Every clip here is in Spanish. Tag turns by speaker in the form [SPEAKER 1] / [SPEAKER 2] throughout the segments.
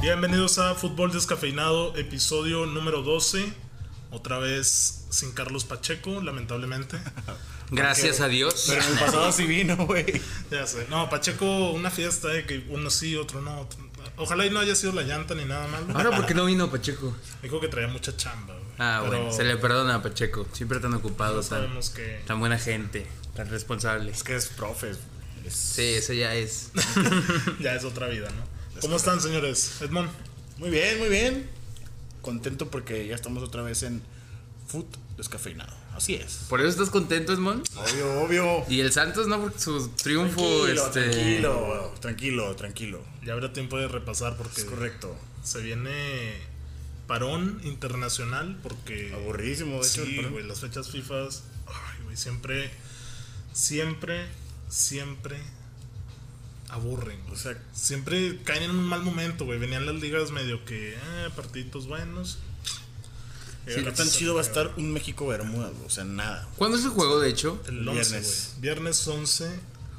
[SPEAKER 1] Bienvenidos a Fútbol Descafeinado, episodio número 12. Otra vez sin Carlos Pacheco, lamentablemente.
[SPEAKER 2] Gracias a Dios.
[SPEAKER 3] Pero en el pasado sí vino, güey.
[SPEAKER 1] Ya sé. No, Pacheco, una fiesta, eh, que uno sí, otro no. otro- Ojalá y no haya sido la llanta ni nada malo.
[SPEAKER 2] Ahora, ¿por qué no vino Pacheco?
[SPEAKER 1] Dijo que traía mucha chamba, güey.
[SPEAKER 2] Ah,
[SPEAKER 1] Pero
[SPEAKER 2] bueno, se le perdona a Pacheco. Siempre tan ocupado, tan,
[SPEAKER 1] Sabemos que.
[SPEAKER 2] tan buena gente, tan responsable.
[SPEAKER 3] Es que es profe.
[SPEAKER 2] Sí, eso ya es.
[SPEAKER 1] ya es otra vida, ¿no? ¿Cómo están, señores? Edmond.
[SPEAKER 3] Muy bien, muy bien. Contento porque ya estamos otra vez en Food Descafeinado. Así es.
[SPEAKER 2] ¿Por eso estás contento, Esmon?
[SPEAKER 3] Obvio, obvio.
[SPEAKER 2] Y el Santos, ¿no? Por su triunfo, este.
[SPEAKER 3] tranquilo, tranquilo, tranquilo.
[SPEAKER 1] Ya habrá tiempo de repasar porque
[SPEAKER 3] Es correcto.
[SPEAKER 1] se viene parón internacional porque.
[SPEAKER 3] Aburridísimo, de hecho.
[SPEAKER 1] Sí,
[SPEAKER 3] el par-
[SPEAKER 1] güey, las fechas FIFA. Ay, güey, siempre, siempre, siempre aburren.
[SPEAKER 3] O
[SPEAKER 1] güey.
[SPEAKER 3] sea,
[SPEAKER 1] Siempre caen en un mal momento, güey. Venían las ligas medio que, eh, partiditos buenos.
[SPEAKER 3] ¿qué tan chido va a estar un México-Bermuda? O sea, nada.
[SPEAKER 2] ¿Cuándo es el juego, de hecho?
[SPEAKER 1] El 11,
[SPEAKER 3] Viernes.
[SPEAKER 1] güey. Viernes 11,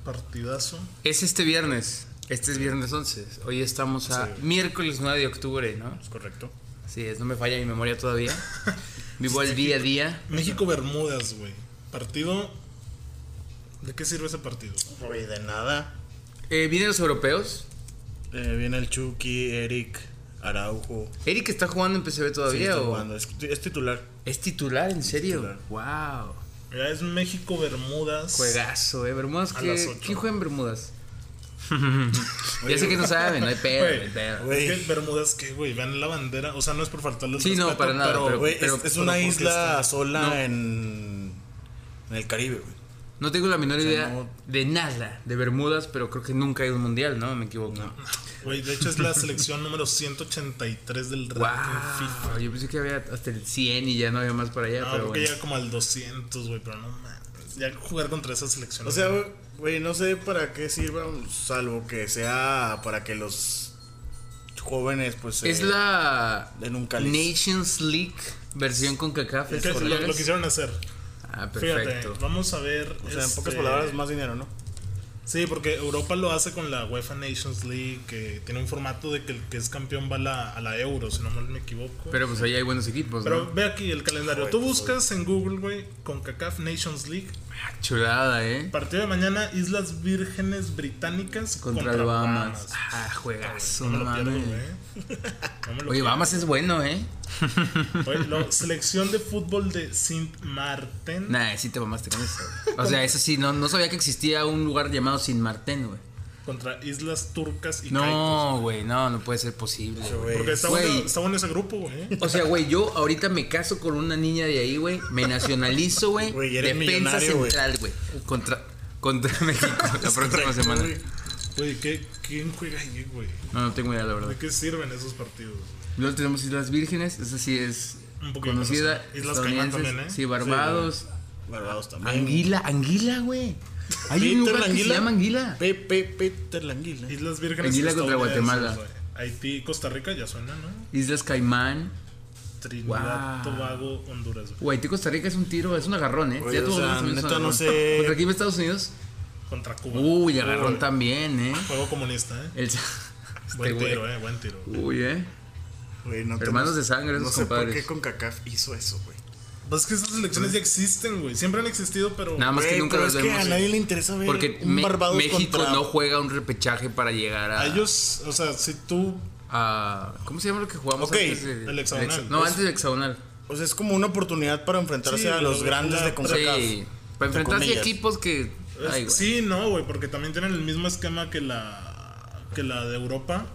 [SPEAKER 1] partidazo.
[SPEAKER 2] Es este viernes. Este es viernes 11. Hoy estamos a miércoles 9 de octubre, ¿no?
[SPEAKER 3] Es correcto.
[SPEAKER 2] Así es, no me falla mi memoria todavía. Vivo el día a día.
[SPEAKER 1] México-Bermudas, güey. Partido. ¿De qué sirve ese partido?
[SPEAKER 3] Oye, de nada.
[SPEAKER 2] Eh, vienen los europeos.
[SPEAKER 3] Eh, viene el Chucky, Eric, Araujo.
[SPEAKER 2] Eric está jugando en PCB
[SPEAKER 3] Sí,
[SPEAKER 2] todavía
[SPEAKER 3] está
[SPEAKER 2] o.
[SPEAKER 3] jugando. Es, es titular.
[SPEAKER 2] Es titular, en serio.
[SPEAKER 3] titular.
[SPEAKER 2] Wow.
[SPEAKER 1] Mira, es México-Bermudas.
[SPEAKER 2] Juegazo, eh. Bermudas,
[SPEAKER 1] A
[SPEAKER 2] ¿qué-
[SPEAKER 1] las ocho.
[SPEAKER 2] ¿quién juega en Bermudas? ya sé que no saben, no hay pedo,
[SPEAKER 1] Güey,
[SPEAKER 2] no hay pedo.
[SPEAKER 3] Güey.
[SPEAKER 1] Es que Bermudas, que güey, vean la bandera. O sea, no es por faltarle el
[SPEAKER 2] Sí, no,
[SPEAKER 1] respeto,
[SPEAKER 2] para nada,
[SPEAKER 1] pero,
[SPEAKER 2] pero-
[SPEAKER 3] Güey, es- es,
[SPEAKER 1] pero
[SPEAKER 3] una
[SPEAKER 1] porque
[SPEAKER 3] isla
[SPEAKER 1] está-
[SPEAKER 3] sola
[SPEAKER 2] no.
[SPEAKER 3] en, en el Caribe, güey.
[SPEAKER 2] No tengo la menor
[SPEAKER 3] sea,
[SPEAKER 2] idea
[SPEAKER 3] no-
[SPEAKER 2] de nada de Bermudas, pero creo que nunca ha ido a un mundial, ¿no? Me equivoco.
[SPEAKER 1] Güey, de hecho es la selección número 183 del ranking FIFA.
[SPEAKER 2] Wow. Yo pensé que había hasta el 100 y ya no había más para allá,
[SPEAKER 1] No, creo
[SPEAKER 2] pero
[SPEAKER 1] que
[SPEAKER 2] bueno.
[SPEAKER 1] llega como al 200, güey, pero no mames. Ya jugar contra esa selección.
[SPEAKER 3] O sea, güey, no sé para qué sirva, salvo que sea para que los jóvenes, pues. se-
[SPEAKER 2] Es la
[SPEAKER 3] En un cáliz.
[SPEAKER 2] Nations League versión con CACAF.
[SPEAKER 1] Es que lo, lo quisieron hacer.
[SPEAKER 2] Ah,
[SPEAKER 1] Fíjate,
[SPEAKER 2] perfecto.
[SPEAKER 1] vamos a ver.
[SPEAKER 3] O sea, en pocas
[SPEAKER 1] este,
[SPEAKER 3] palabras, más dinero, ¿no?
[SPEAKER 1] Sí, porque Europa lo hace con la UEFA Nations League, que tiene un formato de que el que es campeón va a la, a la Euro, si no mal me equivoco.
[SPEAKER 2] Pero pues ahí hay buenos equipos,
[SPEAKER 1] Pero
[SPEAKER 2] ¿no?
[SPEAKER 1] ve aquí el calendario.
[SPEAKER 3] Joder,
[SPEAKER 1] Tú
[SPEAKER 3] pues,
[SPEAKER 1] buscas en Google, güey, con CACAF Nations League.
[SPEAKER 2] Chulada, ¿eh?
[SPEAKER 1] Partido de mañana, Islas Vírgenes Británicas
[SPEAKER 2] Contra,
[SPEAKER 1] contra,
[SPEAKER 2] el
[SPEAKER 1] Bahamas.
[SPEAKER 2] Bahamas. Ah, juegazo,
[SPEAKER 1] No me
[SPEAKER 2] no
[SPEAKER 1] lo pierdo,
[SPEAKER 2] mames.
[SPEAKER 1] güey. No me lo
[SPEAKER 2] Oye,
[SPEAKER 1] pierdo.
[SPEAKER 2] Bahamas es bueno, ¿eh?
[SPEAKER 1] Oye, lo- selección de fútbol de Sint Maarten.
[SPEAKER 2] Nah, sí te mamaste con eso. O sea, eso sí, no, no sabía que existía un lugar llamado Sin Martín, güey.
[SPEAKER 1] Contra Islas Turcas y Caicos.
[SPEAKER 2] No, güey, no, no puede ser posible. güey.
[SPEAKER 1] Porque está
[SPEAKER 2] Güey.
[SPEAKER 1] bueno, está bueno ese grupo, güey. ¿eh?
[SPEAKER 2] O sea, güey, yo ahorita me caso con una niña de ahí, güey. Me nacionalizo, güey.
[SPEAKER 3] Güey, eres
[SPEAKER 2] Defensa
[SPEAKER 3] millonario, güey.
[SPEAKER 2] central, güey. Contra, contra México la próxima semana.
[SPEAKER 1] Güey, ¿qué- ¿quién juega ahí, güey?
[SPEAKER 2] No, no tengo idea, la
[SPEAKER 1] ¿De
[SPEAKER 2] verdad.
[SPEAKER 1] qué sirven esos partidos?
[SPEAKER 2] Luego tenemos Islas Vírgenes, esa sí es
[SPEAKER 1] Un poquito
[SPEAKER 2] conocida.
[SPEAKER 1] conocida. Islas Caimán
[SPEAKER 2] estadounidenses.
[SPEAKER 1] también, ¿eh?
[SPEAKER 2] Sí, Barbados.
[SPEAKER 3] Barbados también.
[SPEAKER 2] Anguila, Anguila, güey. Hay un
[SPEAKER 3] Peter
[SPEAKER 2] lugar que se
[SPEAKER 3] Languila.
[SPEAKER 2] llama Anguila.
[SPEAKER 3] Pepe, Peter Languila.
[SPEAKER 1] Islas Vírgenes
[SPEAKER 2] Anguila
[SPEAKER 1] y
[SPEAKER 2] contra
[SPEAKER 1] estadounidenses,
[SPEAKER 2] Guatemala.
[SPEAKER 1] güey. Haití y Costa Rica ya suena, ¿no?
[SPEAKER 2] Islas Caimán.
[SPEAKER 1] Trinidad,
[SPEAKER 2] Guau.
[SPEAKER 1] Tobago, Honduras. güey.
[SPEAKER 2] Güey, te Costa Rica es un tiro, es un agarrón, ¿eh?
[SPEAKER 3] Oye,
[SPEAKER 2] tuvo
[SPEAKER 3] o sea,
[SPEAKER 2] unos también,
[SPEAKER 3] neta,
[SPEAKER 2] son
[SPEAKER 3] no
[SPEAKER 2] agarrón.
[SPEAKER 3] sé.
[SPEAKER 2] Contra aquí en Estados Unidos.
[SPEAKER 1] Contra Cuba.
[SPEAKER 2] Uy, agarrón también, ¿eh?
[SPEAKER 1] Juego comunista, ¿eh?
[SPEAKER 2] El... Este
[SPEAKER 1] Buen
[SPEAKER 2] güey.
[SPEAKER 1] tiro, eh, buen tiro.
[SPEAKER 2] Uy, ¿eh?
[SPEAKER 3] Güey, no
[SPEAKER 2] Hermanos de sangre,
[SPEAKER 3] No
[SPEAKER 2] esos
[SPEAKER 3] sé por
[SPEAKER 2] compadres.
[SPEAKER 3] qué Concacaf hizo eso, güey.
[SPEAKER 1] Pues es que esas elecciones ya existen, güey. Siempre han existido, pero.
[SPEAKER 2] Nada más que
[SPEAKER 3] Güey,
[SPEAKER 2] nunca
[SPEAKER 3] pero
[SPEAKER 2] los
[SPEAKER 3] es
[SPEAKER 2] vemos. eh.
[SPEAKER 3] que a nadie le interesa ver
[SPEAKER 2] Porque
[SPEAKER 3] un
[SPEAKER 2] Me-
[SPEAKER 3] Barbados
[SPEAKER 2] México
[SPEAKER 3] contra...
[SPEAKER 2] no juega un repechaje para llegar a,
[SPEAKER 1] A ellos, o sea, si tú.
[SPEAKER 2] a- ¿Cómo se llama lo que jugamos
[SPEAKER 3] Ok,
[SPEAKER 2] antes de-
[SPEAKER 1] el hexagonal.
[SPEAKER 2] del hexa- No,
[SPEAKER 1] Es-
[SPEAKER 2] antes del hexagonal.
[SPEAKER 3] O sea, es como una oportunidad para enfrentarse
[SPEAKER 1] Sí,
[SPEAKER 3] a los
[SPEAKER 1] la-
[SPEAKER 3] grandes
[SPEAKER 1] la-
[SPEAKER 3] de Concacaf.
[SPEAKER 2] Sí. Para enfrentarse a
[SPEAKER 3] comillas.
[SPEAKER 2] equipos que. Ay, güey.
[SPEAKER 1] sí, no, güey, porque también tienen el mismo esquema que la. que la de Europa,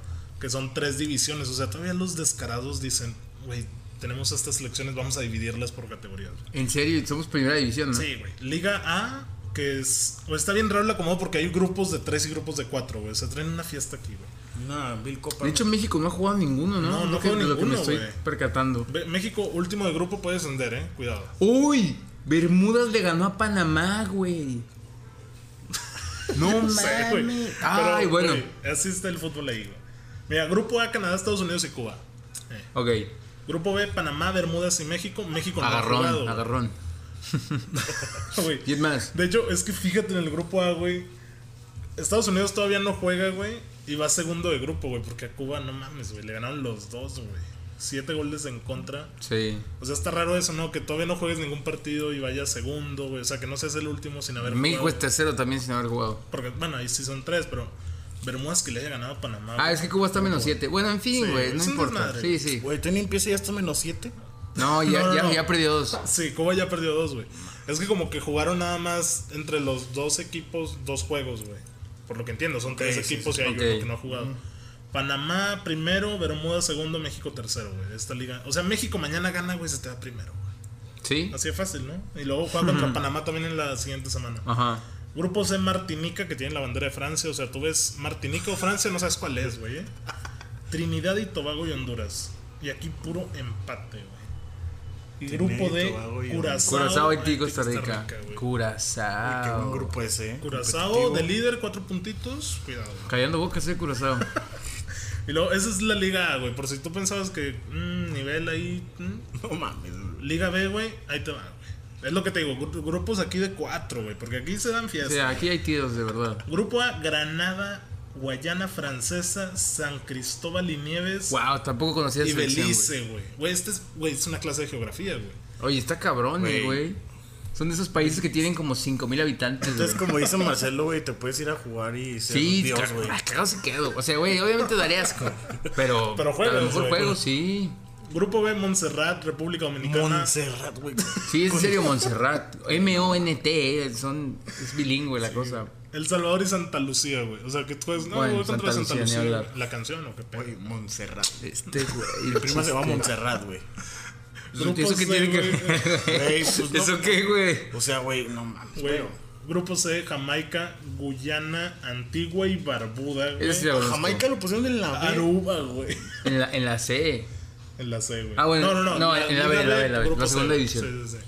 [SPEAKER 1] que son tres divisiones. O sea, todavía los descarados dicen, güey, tenemos estas elecciones, vamos a dividirlas por categorías.
[SPEAKER 2] En serio, somos primera división, ¿no?
[SPEAKER 1] Sí, güey. Liga A, que es. o está bien raro el acomodo porque hay grupos de tres y grupos de cuatro, güey. Se traen una fiesta aquí, güey.
[SPEAKER 3] Una vil copa.
[SPEAKER 2] De hecho, México no ha jugado ninguno, ¿no?
[SPEAKER 1] No, no
[SPEAKER 2] Lo que-
[SPEAKER 1] juega
[SPEAKER 2] de Lo que me
[SPEAKER 1] ninguno,
[SPEAKER 2] estoy
[SPEAKER 1] güey.
[SPEAKER 2] percatando.
[SPEAKER 1] Ve- México, último de grupo, puede descender, eh. Cuidado.
[SPEAKER 2] ¡Uy! Bermudas le ganó a Panamá, güey. No
[SPEAKER 1] No sé, güey.
[SPEAKER 2] mames.
[SPEAKER 1] Pero,
[SPEAKER 2] Ay, bueno.
[SPEAKER 1] güey, así está el fútbol ahí, güey. Mira, grupo A, Canadá, Estados Unidos y Cuba. Eh.
[SPEAKER 2] Ok.
[SPEAKER 1] Grupo B, Panamá, Bermudas y México. México no ha
[SPEAKER 2] Agarrón,
[SPEAKER 1] jugado, güey.
[SPEAKER 2] agarrón.
[SPEAKER 1] Güey.
[SPEAKER 2] ¿Quién más?
[SPEAKER 1] De hecho, es que fíjate en el grupo A, güey. Estados Unidos todavía no juega, güey. Y va segundo de grupo, güey, porque a Cuba, no mames, güey, le ganaron los dos, güey. Siete goles en contra.
[SPEAKER 2] Sí.
[SPEAKER 1] O sea, está raro eso, ¿no? Que todavía no juegues ningún partido y vayas segundo, güey. O sea, que no seas el último sin haber
[SPEAKER 2] México es
[SPEAKER 1] jugado.
[SPEAKER 2] tercero también sin haber jugado.
[SPEAKER 1] Porque, bueno, ahí sí son tres, pero Bermudas que le haya ganado a Panamá.
[SPEAKER 2] Ah,
[SPEAKER 1] güey.
[SPEAKER 2] es que Cuba está menos 7. Bueno, en fin,
[SPEAKER 1] Sí,
[SPEAKER 2] güey, no
[SPEAKER 1] es un
[SPEAKER 2] importa.
[SPEAKER 1] desmadre.
[SPEAKER 2] Sí, sí.
[SPEAKER 3] Güey, tú ni empieza y ya está menos 7.
[SPEAKER 2] No, ya,
[SPEAKER 1] No, no,
[SPEAKER 2] ya,
[SPEAKER 1] no.
[SPEAKER 2] ya perdió dos.
[SPEAKER 1] Sí, Cuba ya perdió dos, güey. Es que como que jugaron nada más entre los dos equipos dos juegos, güey. Por lo que entiendo, son
[SPEAKER 3] sí,
[SPEAKER 1] tres
[SPEAKER 3] sí,
[SPEAKER 1] equipos y hay
[SPEAKER 2] ok.
[SPEAKER 1] uno que no ha jugado. Panamá primero, Bermuda segundo, México tercero, güey. Esta liga. O sea, México mañana gana, güey, se te va primero, güey.
[SPEAKER 2] ¿Sí?
[SPEAKER 1] Así de fácil, ¿no? Y luego juega contra Panamá también en la siguiente semana.
[SPEAKER 2] Ajá.
[SPEAKER 1] Grupos de Martinica que tienen la bandera de Francia. O sea, tú ves Martinica o Francia, no sabes cuál es, güey. ¿eh? Trinidad y Tobago y Honduras. Y aquí puro empate, güey. Y
[SPEAKER 3] Trinidad
[SPEAKER 1] grupo
[SPEAKER 3] y
[SPEAKER 1] de
[SPEAKER 3] Tobago y Honduras.
[SPEAKER 1] Curazao.
[SPEAKER 2] Curazao,
[SPEAKER 1] Haití,
[SPEAKER 2] Haití, Costa Rica.
[SPEAKER 1] güey.
[SPEAKER 3] Qué buen
[SPEAKER 2] Curazao.
[SPEAKER 3] grupo ese, ¿eh?
[SPEAKER 1] Curazao
[SPEAKER 3] Competitivo.
[SPEAKER 1] de líder, cuatro puntitos. Cuidado. güey.
[SPEAKER 2] Callando bocas de Curazao.
[SPEAKER 1] Y luego, esa es la Liga A, güey. Por si tú pensabas que mm, nivel ahí. mm.
[SPEAKER 3] No mames.
[SPEAKER 1] Liga B, güey, ahí te va, güey. Es lo que te digo, gru- grupos aquí de cuatro, güey. Porque aquí se dan
[SPEAKER 2] O
[SPEAKER 1] fiestas.
[SPEAKER 2] sea, aquí hay tiros de verdad.
[SPEAKER 1] Grupo A, Granada, Guayana Francesa, San Cristóbal y Nieves
[SPEAKER 2] Wow, tampoco conocía
[SPEAKER 1] y
[SPEAKER 2] esa selección,
[SPEAKER 1] Belice, güey. Güey, este es, güey, es una clase de geografía, güey.
[SPEAKER 2] güey. Oye, está cabrón, eh,
[SPEAKER 3] Güey.
[SPEAKER 2] güey. Son de esos países que tienen como 5000 habitantes. güey.
[SPEAKER 3] Entonces, como dice Marcelo, güey, te puedes ir a jugar y ser
[SPEAKER 2] Sí,
[SPEAKER 3] un dios,
[SPEAKER 2] ca-
[SPEAKER 3] güey.
[SPEAKER 2] ah, cagado se quedo. O sea, güey, obviamente daría asco. Pero,
[SPEAKER 1] Pero juegas,
[SPEAKER 2] a lo mejor
[SPEAKER 1] güey.
[SPEAKER 2] juego, sí.
[SPEAKER 1] Grupo B, Montserrat, República Dominicana.
[SPEAKER 3] Montserrat, güey.
[SPEAKER 2] Sí, es en serio, Montserrat. M-O-N-T, eh, son, es bilingüe la cosa.
[SPEAKER 1] El Salvador y Santa Lucía, güey. O sea, que tú juegas, no,
[SPEAKER 2] Bueno,
[SPEAKER 1] voy contra
[SPEAKER 2] Santa
[SPEAKER 1] Santa
[SPEAKER 2] Lucía,
[SPEAKER 1] Lucía.
[SPEAKER 2] ni
[SPEAKER 1] güey.
[SPEAKER 2] hablar.
[SPEAKER 1] la canción, o qué pedo.
[SPEAKER 3] Güey, Montserrat. Este.
[SPEAKER 2] Este, güey.
[SPEAKER 3] Mi prima se va a
[SPEAKER 2] chiste.
[SPEAKER 3] Montserrat, güey.
[SPEAKER 1] Grupo
[SPEAKER 2] Este, ¿Eso
[SPEAKER 1] C,
[SPEAKER 2] qué tiene que
[SPEAKER 1] güey.
[SPEAKER 2] ver,
[SPEAKER 3] Güey,
[SPEAKER 2] güey?
[SPEAKER 3] pues no.
[SPEAKER 2] ¿Eso qué, güey?
[SPEAKER 3] O sea, güey, no mames.
[SPEAKER 1] Güey,
[SPEAKER 3] Pero
[SPEAKER 1] Grupo C, Jamaica, Guyana, Antigua y Barbuda, güey.
[SPEAKER 2] Eso sí lo conozco.
[SPEAKER 3] Jamaica lo pusieron en la B.
[SPEAKER 1] Aruba, güey.
[SPEAKER 2] En la, en la C.
[SPEAKER 1] En la C, güey.
[SPEAKER 2] Ah, bueno, no, en la B,
[SPEAKER 1] Liga
[SPEAKER 2] en la B, en la B,
[SPEAKER 1] Grupo
[SPEAKER 2] la segunda
[SPEAKER 1] C,
[SPEAKER 2] división.
[SPEAKER 1] Sí, sí,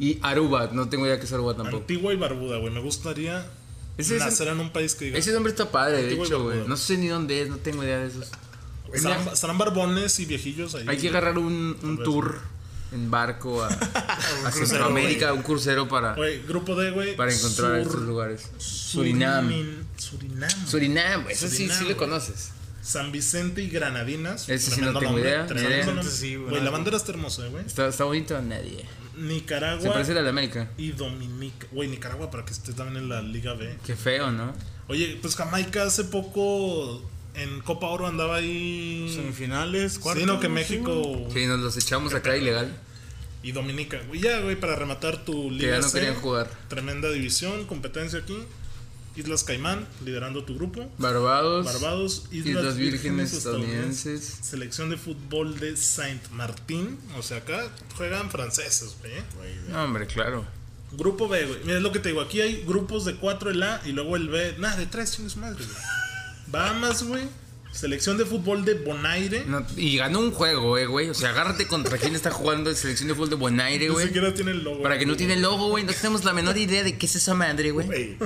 [SPEAKER 1] sí.
[SPEAKER 2] Y Aruba, no tengo idea que es Aruba tampoco.
[SPEAKER 1] Antigua y Barbuda, güey. Me gustaría
[SPEAKER 2] Ese es
[SPEAKER 1] nacer en un país que diga.
[SPEAKER 2] Ese nombre está padre, de
[SPEAKER 1] Antigua y
[SPEAKER 2] hecho, güey.
[SPEAKER 1] Barbuda.
[SPEAKER 2] No sé ni dónde es, no tengo idea de esos.
[SPEAKER 1] Estarán, estarán barbones y viejillos ahí.
[SPEAKER 2] Hay que agarrar un, un
[SPEAKER 1] vez.
[SPEAKER 2] tour en barco a, a
[SPEAKER 3] crucero,
[SPEAKER 2] Centroamérica, un crucero para,
[SPEAKER 1] Güey, grupo D, güey.
[SPEAKER 2] para encontrar
[SPEAKER 1] Sur-
[SPEAKER 2] estos lugares. Surinam.
[SPEAKER 1] Surinam. Surinam.
[SPEAKER 2] Surinam, güey. Eso sí,
[SPEAKER 1] Surinam,
[SPEAKER 2] sí lo
[SPEAKER 1] güey.
[SPEAKER 2] conoces.
[SPEAKER 1] San Vicente y Granadinas.
[SPEAKER 2] Ese sí no
[SPEAKER 1] Tremendo
[SPEAKER 2] tengo
[SPEAKER 1] nombre,
[SPEAKER 2] idea, ni
[SPEAKER 1] tremendo
[SPEAKER 2] idea.
[SPEAKER 1] nombre.
[SPEAKER 3] Sí,
[SPEAKER 1] Güey,
[SPEAKER 3] bueno.
[SPEAKER 1] la bandera está hermosa, güey.
[SPEAKER 2] Está, está bonito a nadie. Se
[SPEAKER 1] Nicaragua
[SPEAKER 2] parece a la de América.
[SPEAKER 1] y Dominica. Güey, Nicaragua para que esté también en la Liga B.
[SPEAKER 2] Qué feo, ¿no?
[SPEAKER 1] Oye, pues Jamaica hace poco en Copa Oro andaba ahí.
[SPEAKER 3] Semifinales, cuartos.
[SPEAKER 1] Sí, no, que
[SPEAKER 3] ¿no?
[SPEAKER 1] México
[SPEAKER 2] Sí, nos los echamos acá ilegal.
[SPEAKER 1] y Dominica. Güey, ya, güey, para rematar tu
[SPEAKER 2] Que
[SPEAKER 1] Liga
[SPEAKER 2] ya no
[SPEAKER 1] C,
[SPEAKER 2] querían jugar.
[SPEAKER 1] Tremenda división, competencia aquí. Islas Caimán, liderando tu grupo.
[SPEAKER 2] Barbados.
[SPEAKER 1] Barbados, Islas,
[SPEAKER 2] Islas
[SPEAKER 1] Vírgenes,
[SPEAKER 2] Vírgenes
[SPEAKER 1] estadounidenses.
[SPEAKER 2] Estadounidenses.
[SPEAKER 1] Selección de fútbol de Saint Martín. O sea, acá juegan franceses, güey. eh.
[SPEAKER 3] Güey,
[SPEAKER 2] No, hombre, claro.
[SPEAKER 1] Grupo B, güey. Mira, es lo que te digo. Aquí hay grupos de 4 el A y luego el B. Nada, de 3, chingues madre, güey. Bahamas, güey. Selección de fútbol de Bonaire.
[SPEAKER 2] No, y ganó un juego, eh, güey. O sea, agárrate contra quién está jugando en selección de fútbol de Bonaire,
[SPEAKER 1] Ni
[SPEAKER 2] güey.
[SPEAKER 1] siquiera tiene el logo.
[SPEAKER 2] Para que no tiene logo, güey. No tenemos la menor idea de qué es esa madre, güey.
[SPEAKER 3] Güey, eh,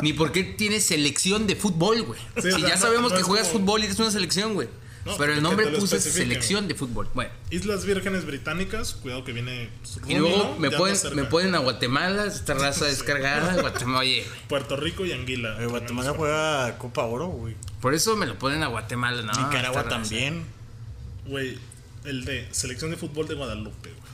[SPEAKER 2] Ni por qué tiene selección de fútbol, güey.
[SPEAKER 1] Sí, o
[SPEAKER 2] si
[SPEAKER 1] sea,
[SPEAKER 2] ya
[SPEAKER 1] no-
[SPEAKER 2] sabemos
[SPEAKER 1] no
[SPEAKER 2] que
[SPEAKER 1] es
[SPEAKER 2] juegas
[SPEAKER 1] como-
[SPEAKER 2] fútbol y eres una selección, güey.
[SPEAKER 1] No,
[SPEAKER 2] Pero
[SPEAKER 1] que
[SPEAKER 2] el nombre
[SPEAKER 1] te lo
[SPEAKER 2] puso
[SPEAKER 1] especifiquen,
[SPEAKER 2] selección de fútbol. Bueno.
[SPEAKER 1] Islas Vírgenes Británicas. Cuidado que viene. pues, Rooney,
[SPEAKER 2] Y luego
[SPEAKER 1] ¿no?
[SPEAKER 2] me,
[SPEAKER 1] Ya anda
[SPEAKER 2] pueden,
[SPEAKER 1] cerca.
[SPEAKER 2] me ponen a Guatemala, esta raza descargada. Guatemala, oye.
[SPEAKER 1] Puerto Rico y Anguila.
[SPEAKER 3] güey, Eh, Guatemala juega Copa Oro, güey.
[SPEAKER 2] Por eso me lo ponen a Guatemala, ¿no?
[SPEAKER 3] Ah,
[SPEAKER 2] esta
[SPEAKER 3] Nicaragua
[SPEAKER 2] raza.
[SPEAKER 3] también.
[SPEAKER 1] Güey, el D. Selección de fútbol de Guadalupe, güey.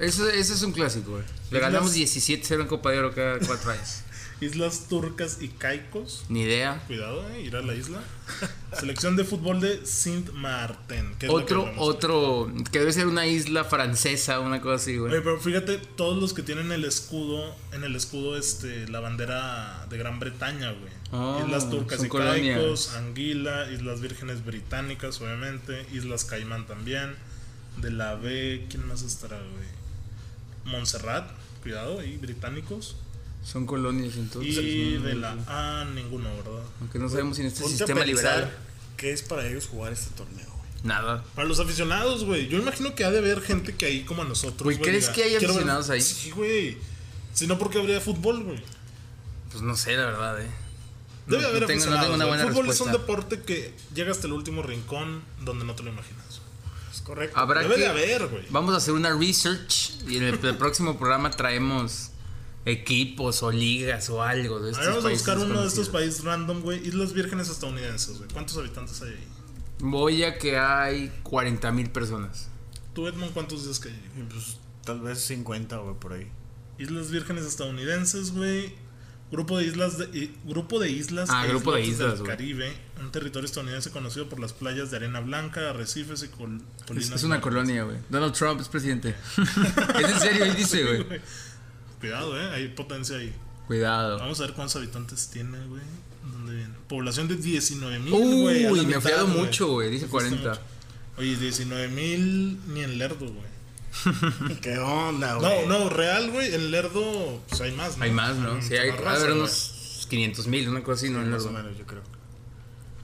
[SPEAKER 2] Eso, eso es un clásico, güey. Le ganamos 17-0 en Copa de Oro cada cuatro años.
[SPEAKER 1] Islas Turcas y Caicos.
[SPEAKER 2] Ni idea.
[SPEAKER 1] Cuidado, eh, ir a la isla. Selección de fútbol de Saint Martin. que es la que
[SPEAKER 2] Otro,
[SPEAKER 1] hablamos.
[SPEAKER 2] otro, que debe ser una isla francesa, una cosa así,
[SPEAKER 1] Oye,
[SPEAKER 2] güey.
[SPEAKER 1] pero fíjate, todos los que tienen el escudo, en el escudo, este, la bandera de Gran Bretaña, güey.
[SPEAKER 2] Ah,
[SPEAKER 1] Islas Turcas
[SPEAKER 2] son
[SPEAKER 1] y
[SPEAKER 2] colonias.
[SPEAKER 1] Caicos, Anguila, Islas Vírgenes Británicas, obviamente, Islas Caimán también, de la B, ¿quién más estará, güey? Montserrat, cuidado, y británicos.
[SPEAKER 2] Son colonias entonces.
[SPEAKER 1] Y
[SPEAKER 2] ¿no?
[SPEAKER 1] de la A, ninguno, ¿verdad?
[SPEAKER 2] Aunque no sabemos si en este
[SPEAKER 3] Ponte
[SPEAKER 2] sistema
[SPEAKER 3] a pensar
[SPEAKER 2] liberal.
[SPEAKER 3] qué es para ellos jugar este torneo, güey.
[SPEAKER 2] Nada.
[SPEAKER 1] Para los aficionados, güey. Yo imagino que ha de haber gente que ahí como a nosotros.
[SPEAKER 2] Güey, ¿crees
[SPEAKER 1] diga,
[SPEAKER 2] que hay
[SPEAKER 1] "Quiero ver-".
[SPEAKER 2] aficionados ahí?
[SPEAKER 1] Sí, güey. Si no, ¿por qué habría fútbol, güey?
[SPEAKER 2] Pues no sé, la verdad, eh.
[SPEAKER 1] Debe
[SPEAKER 2] No,
[SPEAKER 1] haber
[SPEAKER 2] no tengo- no
[SPEAKER 1] aficionados.
[SPEAKER 2] tengo una
[SPEAKER 1] güey.
[SPEAKER 2] buena
[SPEAKER 1] el fútbol es un
[SPEAKER 2] respuesta.
[SPEAKER 1] deporte que llega hasta el último rincón donde no te lo imaginas.
[SPEAKER 3] Es correcto.
[SPEAKER 2] Habrá
[SPEAKER 1] Debe
[SPEAKER 2] que.
[SPEAKER 1] de haber, güey.
[SPEAKER 2] Vamos a hacer una research y en el, el próximo programa traemos equipos o ligas o algo de estos
[SPEAKER 1] Ahora vamos a
[SPEAKER 2] países
[SPEAKER 1] buscar uno de estos
[SPEAKER 2] conocidos.
[SPEAKER 1] países random, güey. Islas Vírgenes estadounidenses, güey. ¿Cuántos habitantes hay ahí?
[SPEAKER 2] Voy a que hay 40 mil personas.
[SPEAKER 1] ¿Tú, Edmond, cuántos dices que hay?
[SPEAKER 3] Y pues tal vez 50, güey, por ahí.
[SPEAKER 1] Islas Vírgenes estadounidenses, güey. Grupo de islas de, i- grupo de islas
[SPEAKER 2] Ah,
[SPEAKER 1] e
[SPEAKER 2] grupo de
[SPEAKER 1] islotes
[SPEAKER 2] islas,
[SPEAKER 1] del
[SPEAKER 2] güey.
[SPEAKER 1] Caribe, un territorio estadounidense conocido por las playas de arena blanca, arrecifes y col-
[SPEAKER 2] Es,
[SPEAKER 1] colinas.
[SPEAKER 2] es una colonia, güey. Donald Trump es presidente. es en serio, ahí dice, güey.
[SPEAKER 1] Cuidado, eh, hay potencia ahí.
[SPEAKER 2] Cuidado.
[SPEAKER 1] Vamos a ver cuántos habitantes tiene, güey. ¿Dónde viene? Población de 19 mil, güey. a la
[SPEAKER 2] Uy, me he
[SPEAKER 1] mitad,
[SPEAKER 2] fiado
[SPEAKER 1] güey.
[SPEAKER 2] mucho, güey. Dice
[SPEAKER 1] Te fuiste
[SPEAKER 2] 40.
[SPEAKER 1] mucho. Oye, 19 mil ni en Lerdo, güey.
[SPEAKER 3] ¿Qué onda,
[SPEAKER 1] No,
[SPEAKER 3] güey?
[SPEAKER 1] no, real, güey. En Lerdo, pues hay más, ¿no?
[SPEAKER 2] Hay más, ¿no?
[SPEAKER 1] Mm,
[SPEAKER 2] Sí, hay,
[SPEAKER 1] más
[SPEAKER 2] va a
[SPEAKER 1] raza,
[SPEAKER 2] haber
[SPEAKER 1] güey.
[SPEAKER 2] unos 500 mil, una cosa así, ¿no? En
[SPEAKER 3] Más
[SPEAKER 2] los-
[SPEAKER 3] o menos, yo creo.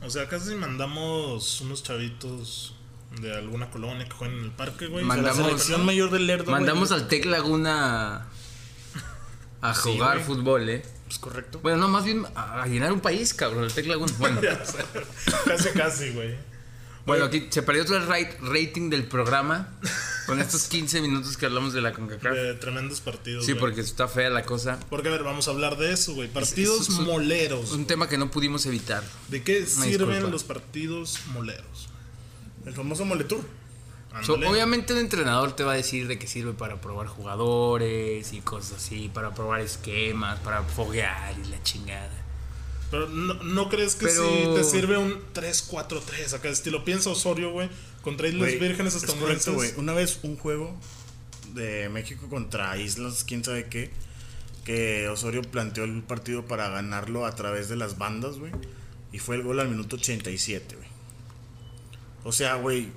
[SPEAKER 1] O sea, casi mandamos unos chavitos de alguna colonia que juegan en el parque, güey.
[SPEAKER 2] Man- Mandamos-
[SPEAKER 3] la selección mayor del Lerdo. güey.
[SPEAKER 2] Mandamos al Tec Laguna a
[SPEAKER 1] Sí,
[SPEAKER 2] jugar
[SPEAKER 1] güey.
[SPEAKER 2] fútbol, ¿eh?
[SPEAKER 3] Pues correcto.
[SPEAKER 2] Bueno, no, más bien a a llenar un país, cabrón, el Tec Laguna. Bueno,
[SPEAKER 1] Ya sé. casi, casi, güey.
[SPEAKER 2] bueno, aquí se perdió otro ra- rating del programa con estos 15 minutos que hablamos de la CONCACAF.
[SPEAKER 1] De tremendos partidos.
[SPEAKER 2] Sí,
[SPEAKER 1] güey.
[SPEAKER 2] porque está fea la cosa.
[SPEAKER 1] Porque, a ver, vamos a hablar de eso, güey. Partidos
[SPEAKER 2] es un-
[SPEAKER 1] moleros.
[SPEAKER 2] Un tema que no pudimos evitar.
[SPEAKER 1] ¿De qué sirven
[SPEAKER 2] disculpa.
[SPEAKER 1] los partidos moleros?
[SPEAKER 3] El famoso Moletour.
[SPEAKER 2] So,
[SPEAKER 1] Ándale.
[SPEAKER 2] obviamente el entrenador te va a decir de qué sirve para probar jugadores y cosas así, para probar esquemas, para foguear y la chingada.
[SPEAKER 1] Pero no, no crees que
[SPEAKER 2] Pero-
[SPEAKER 1] sí te sirve un 3-4-3 acá, estilo piensa Osorio, güey, contra Islas
[SPEAKER 3] Güey,
[SPEAKER 1] Vírgenes
[SPEAKER 3] es correcto, güey.
[SPEAKER 1] estadounidenses.
[SPEAKER 3] Una vez un juego de México contra Islas, quién sabe qué, que Osorio planteó el partido para ganarlo a través de las bandas, güey. Y fue el gol al minuto 87, güey. O sea, güey.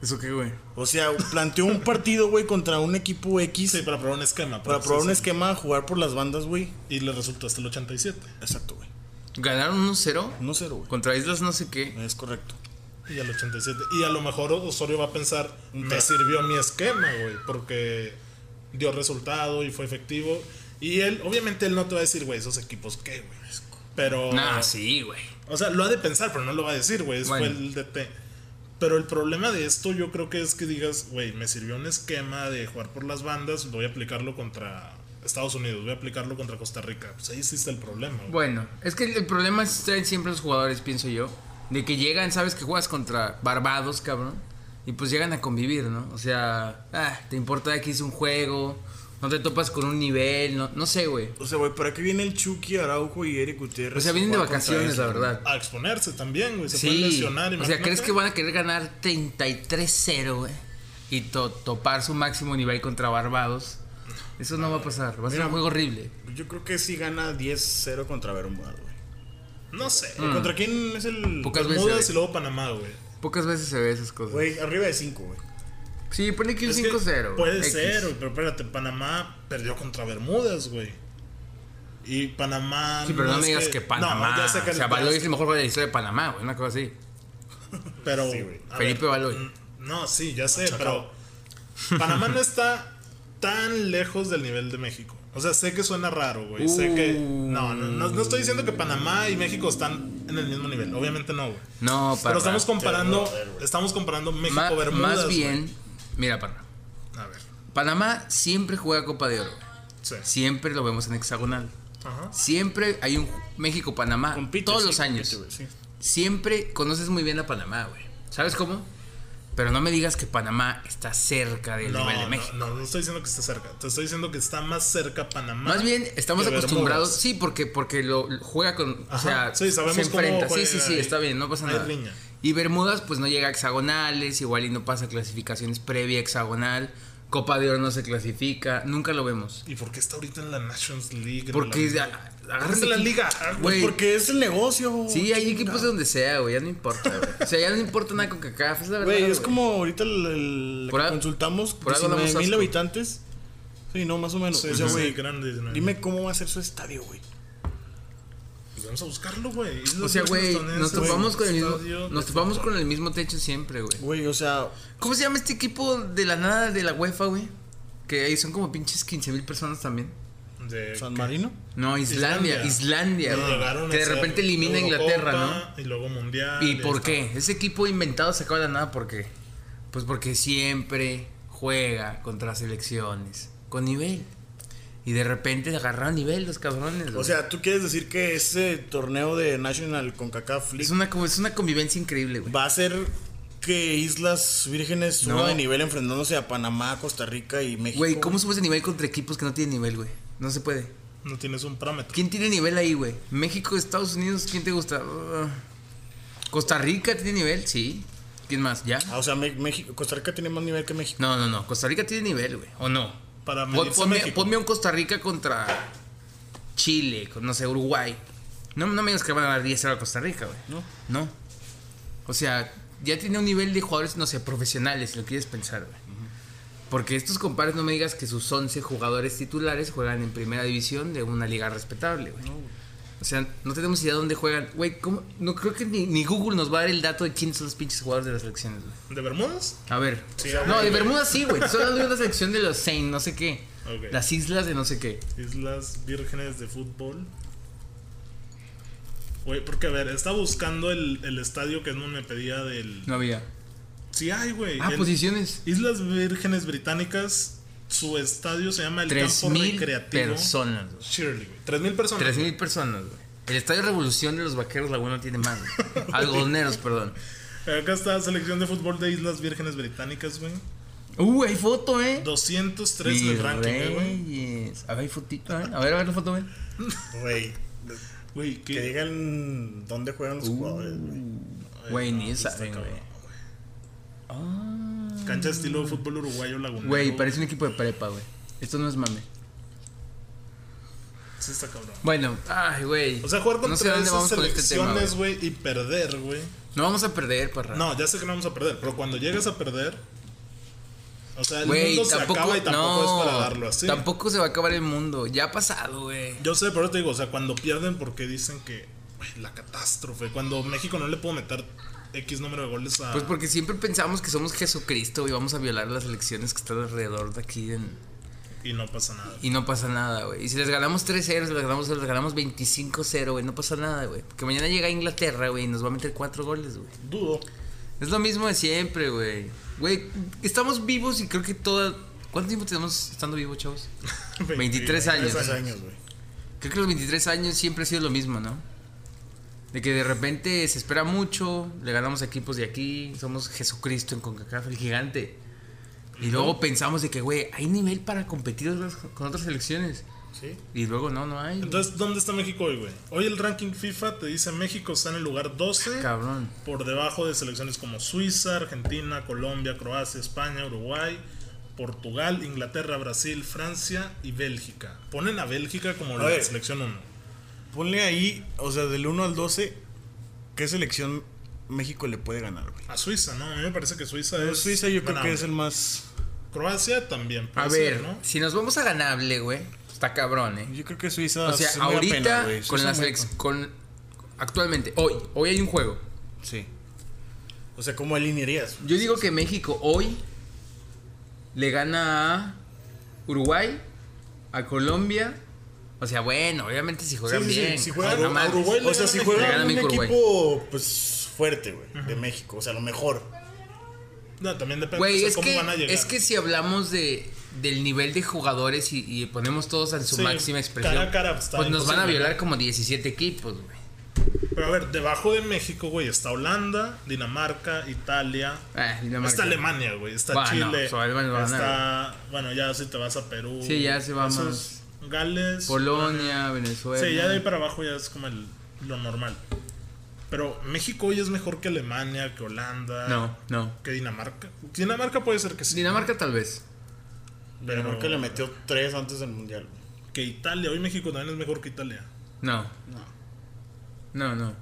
[SPEAKER 2] ¿Eso qué, güey?
[SPEAKER 3] O sea, planteó un partido, güey, contra un equipo X
[SPEAKER 1] Sí, para probar un esquema.
[SPEAKER 3] para
[SPEAKER 1] pues,
[SPEAKER 3] probar un
[SPEAKER 1] sí, sí.
[SPEAKER 3] esquema, jugar por las bandas, güey.
[SPEAKER 1] Y le resultó hasta el 87.
[SPEAKER 3] Exacto, güey.
[SPEAKER 2] Ganaron 1-0
[SPEAKER 3] No cero, güey.
[SPEAKER 2] contra Islas no sé qué.
[SPEAKER 3] Es correcto.
[SPEAKER 1] Y al 87. Y a lo mejor Osorio va a pensar, me
[SPEAKER 3] tres.
[SPEAKER 1] sirvió mi esquema, güey, porque dio resultado y fue efectivo. Y él, obviamente, él no te va a decir, güey, esos equipos qué, güey. Pero.
[SPEAKER 2] Nah, sí, güey.
[SPEAKER 1] O sea, lo ha de pensar, pero no lo va a decir, güey. es
[SPEAKER 2] Bueno.
[SPEAKER 1] Fue el DT. Pero el problema de esto yo creo que es que digas, güey, me sirvió un esquema de jugar por las bandas, voy a aplicarlo contra Estados Unidos, voy a aplicarlo contra Costa Rica. Pues ahí sí está el problema. güey.
[SPEAKER 2] Bueno, es que el problema es traen siempre los jugadores, pienso yo. De que llegan, sabes que juegas contra Barbados, cabrón. Y pues llegan a convivir, ¿no? O sea, ah, te importa que hice un juego, no te topas con un nivel, no, no sé, güey.
[SPEAKER 3] O sea, güey, ¿para qué viene el Chucky, Araujo y Eric Gutiérrez?
[SPEAKER 2] O sea, vienen de
[SPEAKER 3] a jugar contra
[SPEAKER 2] vacaciones, la
[SPEAKER 3] Islas, güey?
[SPEAKER 2] verdad.
[SPEAKER 1] A exponerse también, güey. Se puede
[SPEAKER 2] Sí.
[SPEAKER 1] lesionar.
[SPEAKER 2] O sea,
[SPEAKER 1] imagínate.
[SPEAKER 2] ¿crees que van a querer ganar 33-0, güey? Y to- topar su máximo nivel contra Barbados. Eso no va a pasar. Va a ser un juego horrible.
[SPEAKER 3] Yo creo que sí gana 10-0 contra Bermuda, güey.
[SPEAKER 1] No sé.
[SPEAKER 3] ¿Contra quién es el.
[SPEAKER 2] Mm. Pocas veces.
[SPEAKER 1] Bermudas
[SPEAKER 2] se
[SPEAKER 1] y
[SPEAKER 2] ve.
[SPEAKER 1] luego Panamá, güey.
[SPEAKER 2] Pocas veces se ve esas cosas.
[SPEAKER 3] Güey, arriba de 5, güey.
[SPEAKER 2] Sí, pone que un
[SPEAKER 1] Es que
[SPEAKER 2] 5-0.
[SPEAKER 1] Puede
[SPEAKER 2] X.
[SPEAKER 1] ser, güey, pero espérate, Panamá perdió contra Bermudas, güey. Y Panamá.
[SPEAKER 2] Sí, pero no,
[SPEAKER 1] es
[SPEAKER 2] me digas que, Panamá.
[SPEAKER 1] ya sé que
[SPEAKER 2] o sea,
[SPEAKER 1] el-
[SPEAKER 2] Baloy es el mejor jugador de la historia de Panamá, güey. Una cosa así.
[SPEAKER 1] Pero.
[SPEAKER 3] Sí, güey.
[SPEAKER 1] a
[SPEAKER 2] Felipe
[SPEAKER 1] ver,
[SPEAKER 2] Baloy.
[SPEAKER 1] n- No, sí, ya sé,
[SPEAKER 3] Machacao.
[SPEAKER 1] pero. Panamá no está tan lejos del nivel de México. O sea, sé que suena raro, güey. Sé que. No, no, no, no estoy diciendo que Panamá y México están en el mismo nivel. Obviamente no, güey.
[SPEAKER 2] No, para.
[SPEAKER 1] Pero estamos comparando.
[SPEAKER 3] Sí, brother, güey.
[SPEAKER 1] estamos comparando
[SPEAKER 2] Ma-
[SPEAKER 1] México-Bermudas.
[SPEAKER 2] Más bien, mira, Panamá.
[SPEAKER 1] güey. A ver.
[SPEAKER 2] Panamá siempre juega Copa de Oro.
[SPEAKER 1] Sí.
[SPEAKER 2] Siempre lo vemos en hexagonal.
[SPEAKER 1] Ajá.
[SPEAKER 2] Siempre hay un México-Panamá.
[SPEAKER 3] Compite,
[SPEAKER 2] Todos
[SPEAKER 3] sí,
[SPEAKER 2] los
[SPEAKER 3] compite,
[SPEAKER 2] años.
[SPEAKER 3] güey, sí.
[SPEAKER 2] Siempre conoces muy bien a Panamá, güey. ¿Sabes cómo? Pero no me digas que Panamá está cerca del
[SPEAKER 1] No,
[SPEAKER 2] nivel de
[SPEAKER 1] no,
[SPEAKER 2] México.
[SPEAKER 1] no, no estoy diciendo que esté cerca. Te estoy diciendo que está más cerca Panamá.
[SPEAKER 2] Más bien, estamos
[SPEAKER 1] que
[SPEAKER 2] acostumbrados.
[SPEAKER 1] Bermudas.
[SPEAKER 2] Sí, porque, porque lo lo juega con. O
[SPEAKER 1] Ajá,
[SPEAKER 2] sea,
[SPEAKER 1] sí, sabemos
[SPEAKER 2] se
[SPEAKER 1] cómo
[SPEAKER 2] enfrenta. Sí,
[SPEAKER 1] juega
[SPEAKER 2] sí, sí,
[SPEAKER 1] ahí.
[SPEAKER 2] está bien, no pasa
[SPEAKER 1] Hay
[SPEAKER 2] nada.
[SPEAKER 1] riña.
[SPEAKER 2] Y Bermudas, pues no llega a hexagonales, igual y no pasa a clasificaciones previa a hexagonal. Copa de Oro no se clasifica, nunca lo vemos.
[SPEAKER 1] ¿Y por qué está ahorita en la Nations League?
[SPEAKER 2] Porque.
[SPEAKER 1] la,
[SPEAKER 2] a- agarran
[SPEAKER 1] Agárrense la
[SPEAKER 2] equi-
[SPEAKER 1] liga. Ah,
[SPEAKER 2] Güey.
[SPEAKER 3] Pues Porque es el negocio.
[SPEAKER 2] Sí, hay equipos de donde sea, güey, ya no importa, güey. O sea, ya no importa nada con CACAF, es la verdad.
[SPEAKER 3] Güey, es
[SPEAKER 2] güey.
[SPEAKER 3] como ahorita el, el-
[SPEAKER 2] Por
[SPEAKER 3] que
[SPEAKER 2] al-
[SPEAKER 3] consultamos
[SPEAKER 2] por algo damos
[SPEAKER 3] 19 mil
[SPEAKER 2] asco.
[SPEAKER 3] habitantes. Sí, no, más o menos.
[SPEAKER 1] Sí,
[SPEAKER 3] o sea,
[SPEAKER 1] sí,
[SPEAKER 3] güey,
[SPEAKER 1] sí, grande, ¿no?
[SPEAKER 3] dime cómo va a ser su estadio, güey.
[SPEAKER 1] Pues vamos a buscarlo, güey. Islas
[SPEAKER 2] O sea, güey,
[SPEAKER 1] Vírgenes
[SPEAKER 2] nos topamos
[SPEAKER 1] Estadounidenses,
[SPEAKER 2] con el mismo,
[SPEAKER 1] estadio
[SPEAKER 2] nos
[SPEAKER 1] de
[SPEAKER 2] topamos
[SPEAKER 1] fútbol.
[SPEAKER 2] con el mismo techo siempre, güey.
[SPEAKER 3] Güey, o sea,
[SPEAKER 2] ¿Cómo se llama este equipo de la nada de la UEFA, güey? Que ahí son como pinches 15 mil personas también.
[SPEAKER 1] De
[SPEAKER 3] San
[SPEAKER 1] que-
[SPEAKER 3] Marino.
[SPEAKER 2] No, Islandia, Islandia,
[SPEAKER 1] Y llegaron
[SPEAKER 2] güey.
[SPEAKER 1] a
[SPEAKER 2] Que de
[SPEAKER 1] ser
[SPEAKER 2] repente elimina a Inglaterra, ¿no?
[SPEAKER 1] Eurocopa Y luego Mundial.
[SPEAKER 2] ¿Y por
[SPEAKER 1] esta-
[SPEAKER 2] qué? Ese equipo inventado se acaba de la nada, ¿por qué? Pues porque siempre juega contra selecciones con nivel. Y de repente agarraron nivel los cabrones.
[SPEAKER 3] O
[SPEAKER 2] güey.
[SPEAKER 3] sea, ¿tú quieres decir que ese torneo de National con CACAF League
[SPEAKER 2] es una, como- es una convivencia increíble, güey.
[SPEAKER 3] va a ser que Islas Vírgenes suba
[SPEAKER 2] No.
[SPEAKER 3] de nivel enfrentándose a Panamá, Costa Rica y México?
[SPEAKER 2] Güey, ¿cómo subes de nivel contra equipos que no tienen nivel, güey? No se puede.
[SPEAKER 1] No tienes un parámetro.
[SPEAKER 2] ¿Quién tiene nivel ahí, güey? México, Estados Unidos, ¿quién te gusta? Ah. Costa Rica tiene nivel, sí. ¿Quién más? ¿Ya?
[SPEAKER 3] Ah, o sea, Me- México, Costa Rica tiene más nivel que México.
[SPEAKER 2] No, no, no. Costa Rica tiene nivel, güey. ¿O no?
[SPEAKER 1] Para
[SPEAKER 2] Pon-
[SPEAKER 1] medirse a
[SPEAKER 2] ponme,
[SPEAKER 1] México.
[SPEAKER 2] ponme un Costa Rica contra Chile, con, no sé, Uruguay. No, no me digas que van a dar 10 a Costa Rica, güey.
[SPEAKER 3] No.
[SPEAKER 2] No. O sea, ya tiene un nivel de jugadores, no sé, profesionales, si lo quieres pensar, güey. Porque estos compares no me digas que sus 11 jugadores titulares juegan en primera división de una liga respetable, güey. O sea, no tenemos idea de dónde juegan. Güey, ¿cómo? No creo que ni, ni Google nos va a dar el dato de quiénes son los pinches jugadores de las selecciones, güey.
[SPEAKER 1] ¿De Bermudas?
[SPEAKER 2] A ver.
[SPEAKER 1] Sí, a
[SPEAKER 2] no,
[SPEAKER 1] ver.
[SPEAKER 2] de Bermuda sí, güey. Solo hablando de la sección de los Saint, no sé qué.
[SPEAKER 1] Ok.
[SPEAKER 2] Las islas de no sé qué.
[SPEAKER 1] Islas Vírgenes de Fútbol. Güey, porque a ver, estaba buscando el, el estadio que Edmund me pedía del.
[SPEAKER 2] No había.
[SPEAKER 1] Sí, hay, güey.
[SPEAKER 2] Ah,
[SPEAKER 1] El-
[SPEAKER 2] posiciones.
[SPEAKER 1] Islas Vírgenes Británicas. Su estadio se llama el Campo
[SPEAKER 2] 3.000
[SPEAKER 1] Recreativo.
[SPEAKER 2] personas, güey.
[SPEAKER 1] Shirley, güey. 3.000 personas.
[SPEAKER 2] 3.000 personas, güey. El Estadio Revolución de los Vaqueros Laguna tiene más, güey. Algodoneros, perdón.
[SPEAKER 1] Acá está selección de fútbol de Islas Vírgenes Británicas, güey.
[SPEAKER 2] Uh, hay foto, eh.
[SPEAKER 1] 203
[SPEAKER 2] Mi
[SPEAKER 1] del ranking, eh, güey.
[SPEAKER 2] reyes. A ver, hay fotito, eh. A ver, a ver la foto, güey.
[SPEAKER 3] Güey,
[SPEAKER 1] Güey,
[SPEAKER 3] que
[SPEAKER 1] qué.
[SPEAKER 3] digan dónde juegan
[SPEAKER 2] Uh.
[SPEAKER 3] los jugadores, güey.
[SPEAKER 2] Güey, ni
[SPEAKER 1] está
[SPEAKER 2] saben,
[SPEAKER 1] cabrón,
[SPEAKER 2] güey.
[SPEAKER 1] güey.
[SPEAKER 2] Ah.
[SPEAKER 1] Cancha estilo fútbol uruguayo lagunero.
[SPEAKER 2] Güey, parece un equipo de prepa, güey. Esto no es mame.
[SPEAKER 1] Sí, está cabrón.
[SPEAKER 2] Bueno, ay, güey.
[SPEAKER 1] O sea, jugar
[SPEAKER 2] no
[SPEAKER 1] contra
[SPEAKER 2] sé a dónde
[SPEAKER 1] esas
[SPEAKER 2] vamos con este tema, güey. Ah.
[SPEAKER 1] selecciones, güey, y perder, güey.
[SPEAKER 2] No vamos a perder, parra.
[SPEAKER 1] No, ya sé que no vamos a perder, pero cuando llegas a perder. O sea, el
[SPEAKER 2] Güey,
[SPEAKER 1] mundo se
[SPEAKER 2] tampoco,
[SPEAKER 1] acaba y tampoco
[SPEAKER 2] no,
[SPEAKER 1] es para darlo así.
[SPEAKER 2] Tampoco se va a acabar el mundo. Ya ha pasado, güey.
[SPEAKER 1] Yo sé, pero te digo, o sea, cuando pierden porque dicen que güey, la catástrofe, cuando México no le puedo meter X número de goles a
[SPEAKER 2] Pues porque siempre pensamos que somos Jesucristo y vamos a violar las elecciones que están alrededor de aquí en-
[SPEAKER 1] y no pasa nada.
[SPEAKER 2] y no pasa nada, güey. Y si les ganamos 3-0, si les ganamos, si les ganamos 25-0, güey, no pasa nada, güey. Porque mañana llega Inglaterra, güey, y nos va a meter 4 goles, güey.
[SPEAKER 1] Dudo.
[SPEAKER 2] Es lo mismo de siempre, güey. Güey, estamos vivos y creo que toda... ¿Cuánto tiempo tenemos estando vivos, chavos? 23 años.
[SPEAKER 3] Tres años, güey.
[SPEAKER 2] Creo que los 23 años siempre ha sido lo mismo, ¿no? De que de repente se espera mucho, le ganamos a equipos de aquí, somos Jesucristo en CONCACAF, el gigante. Y luego pensamos de que, güey, hay nivel para competir otras- con otras selecciones.
[SPEAKER 3] Sí.
[SPEAKER 2] Y luego no, no hay.
[SPEAKER 1] Entonces, ¿dónde está México hoy, güey? Hoy el ranking FIFA te dice México está en el lugar 12.
[SPEAKER 2] Ah, Cabrón.
[SPEAKER 1] por debajo de selecciones como Suiza, Argentina, Colombia, Croacia, España, Uruguay, Portugal, Inglaterra, Brasil, Francia y Bélgica. Ponen a Bélgica como la
[SPEAKER 3] Oye.
[SPEAKER 1] selección 1.
[SPEAKER 3] Ponle ahí, o sea, del 1 al 12, ¿qué selección México le puede ganar, güey?
[SPEAKER 1] A Suiza, ¿no? A mí me parece que Suiza
[SPEAKER 3] Pero
[SPEAKER 1] es.
[SPEAKER 3] Suiza yo creo que
[SPEAKER 1] ganable.
[SPEAKER 3] es el más...
[SPEAKER 1] Croacia también.
[SPEAKER 2] A
[SPEAKER 1] puede ser,
[SPEAKER 2] ver,
[SPEAKER 1] ¿no?
[SPEAKER 2] si nos vamos a ganable, güey, está cabrón, ¿eh?
[SPEAKER 3] Yo creo que Suiza...
[SPEAKER 2] O sea,
[SPEAKER 3] es una
[SPEAKER 2] ahorita,
[SPEAKER 3] pena, güey.
[SPEAKER 2] con
[SPEAKER 3] Suiza
[SPEAKER 2] la
[SPEAKER 3] muy-
[SPEAKER 2] selección, con... Actualmente, hoy, hoy hay un juego.
[SPEAKER 3] Sí. O sea, ¿cómo alinearías?
[SPEAKER 2] Yo digo que México hoy le gana a Uruguay, a Colombia. O sea, bueno, obviamente si juegan
[SPEAKER 3] Sí, sí, sí,
[SPEAKER 2] bien.
[SPEAKER 3] si juegan
[SPEAKER 2] Ah, no
[SPEAKER 1] a
[SPEAKER 2] mames.
[SPEAKER 1] Uruguay,
[SPEAKER 3] O sea, si juega
[SPEAKER 2] Gana
[SPEAKER 3] un
[SPEAKER 2] México,
[SPEAKER 3] equipo pues fuerte, güey, de México, o sea, lo mejor.
[SPEAKER 1] No, también depende pues,
[SPEAKER 2] Güey,
[SPEAKER 1] de
[SPEAKER 2] es
[SPEAKER 1] cómo van a
[SPEAKER 2] que,
[SPEAKER 1] llegar.
[SPEAKER 2] es que si hablamos de, del nivel de jugadores y, y ponemos todos en su
[SPEAKER 1] Sí,
[SPEAKER 2] máxima expresión,
[SPEAKER 1] cara a cara, pues, está
[SPEAKER 2] pues nos van a
[SPEAKER 1] imposible.
[SPEAKER 2] violar como 17 equipos, güey.
[SPEAKER 1] Pero a ver, debajo de México, güey, está Holanda, Dinamarca, Italia.
[SPEAKER 2] Ah, Dinamarca.
[SPEAKER 1] Está Alemania, güey. Está
[SPEAKER 2] Bueno,
[SPEAKER 1] Chile.
[SPEAKER 2] o sea, Alemania va a
[SPEAKER 1] está. Bueno, ya si te vas a Perú.
[SPEAKER 2] Sí, ya se va
[SPEAKER 1] esos
[SPEAKER 2] más.
[SPEAKER 1] Gales.
[SPEAKER 2] Polonia, Venezuela.
[SPEAKER 1] Sí, ya de ahí para abajo ya es como el- lo normal. Pero México hoy es mejor que Alemania, que Holanda,
[SPEAKER 2] No, no.
[SPEAKER 1] que Dinamarca. Dinamarca puede ser que sí.
[SPEAKER 2] Dinamarca tal vez.
[SPEAKER 1] Pero-
[SPEAKER 3] Pero creo que le metió tres antes del mundial. güey.
[SPEAKER 1] Que Italia. Hoy México también es mejor que Italia.
[SPEAKER 2] No. No, no.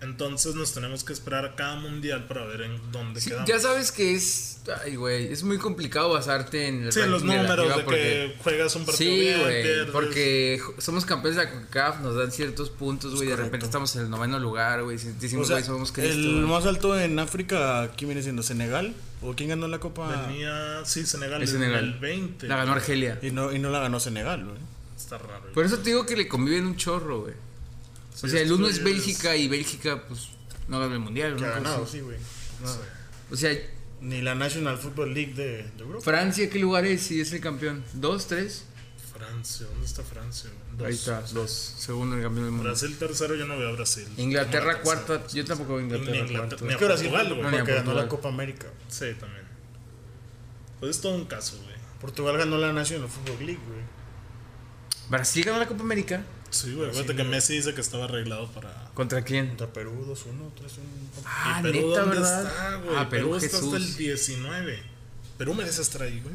[SPEAKER 1] Entonces nos tenemos que esperar a cada mundial para ver en dónde
[SPEAKER 2] Sí,
[SPEAKER 1] quedamos.
[SPEAKER 2] ya sabes que es. Ay, güey. Es muy complicado basarte en el
[SPEAKER 1] Sí, los
[SPEAKER 2] ranking de la
[SPEAKER 1] números
[SPEAKER 2] FIBA
[SPEAKER 1] de
[SPEAKER 2] porque-
[SPEAKER 1] que juegas un partido
[SPEAKER 2] Sí,
[SPEAKER 1] bien,
[SPEAKER 2] güey.
[SPEAKER 1] pierdes.
[SPEAKER 2] Porque jo- somos campeones de la CONCACAF, nos dan ciertos puntos, güey. De
[SPEAKER 3] correcto.
[SPEAKER 2] repente estamos en el noveno lugar, güey. si-
[SPEAKER 3] O
[SPEAKER 2] Decimos,
[SPEAKER 3] sea,
[SPEAKER 2] güey, somos Cristo.
[SPEAKER 3] el
[SPEAKER 2] güey.
[SPEAKER 3] más alto en África, ¿quién viene siendo? ¿Senegal? ¿O quién ganó la copa?
[SPEAKER 1] Venía, sí, Senegal,
[SPEAKER 2] Es
[SPEAKER 1] en
[SPEAKER 2] Senegal.
[SPEAKER 1] el 20.
[SPEAKER 2] La ganó Argelia.
[SPEAKER 3] Y no, y no la ganó Senegal, güey.
[SPEAKER 1] Está raro. güey.
[SPEAKER 2] Por eso te digo que le conviven un chorro, güey.
[SPEAKER 1] Sí,
[SPEAKER 2] O sea, el uno es
[SPEAKER 1] esto
[SPEAKER 2] Bélgica y Bélgica, pues, no ganó el mundial,
[SPEAKER 3] Que
[SPEAKER 2] ¿no?
[SPEAKER 3] ha ganado,
[SPEAKER 2] Pues,
[SPEAKER 3] sí, güey.
[SPEAKER 2] O sea,
[SPEAKER 3] Ni la National Football League de, de Europa.
[SPEAKER 2] Francia, ¿qué lugar es? Si es el campeón. ¿Dos, tres?
[SPEAKER 1] Francia, ¿dónde está Francia? Dos.
[SPEAKER 2] Ahí está, dos. Segundo en el campeón del mundo.
[SPEAKER 1] Brasil tercero, yo no veo a Brasil.
[SPEAKER 2] Inglaterra
[SPEAKER 1] Como la tercera.
[SPEAKER 2] cuarta, yo tampoco veo Inglaterra,
[SPEAKER 1] Ni Inglaterra,
[SPEAKER 2] cuarto.
[SPEAKER 1] ni
[SPEAKER 3] Es que Brasil
[SPEAKER 1] Portugal, güey.
[SPEAKER 2] No, ni a
[SPEAKER 3] porque ganó
[SPEAKER 2] Portugal.
[SPEAKER 3] la Copa América.
[SPEAKER 1] Sí, también. Pues es todo un caso, güey.
[SPEAKER 3] Portugal ganó la National Football League, güey.
[SPEAKER 2] Brasil ganó la Copa América.
[SPEAKER 1] Sí, güey. Acuérdate que Messi dice que estaba arreglado para.
[SPEAKER 2] ¿Contra quién?
[SPEAKER 3] Contra Perú 2-1, 3-1.
[SPEAKER 2] Ah,
[SPEAKER 1] ¿Y Perú
[SPEAKER 2] neta,
[SPEAKER 1] dónde
[SPEAKER 2] ¿verdad?
[SPEAKER 1] está, güey?
[SPEAKER 2] ah, Perú,
[SPEAKER 1] Perú, está
[SPEAKER 2] Jesús.
[SPEAKER 1] hasta el 19. Perú merece estar ahí, güey.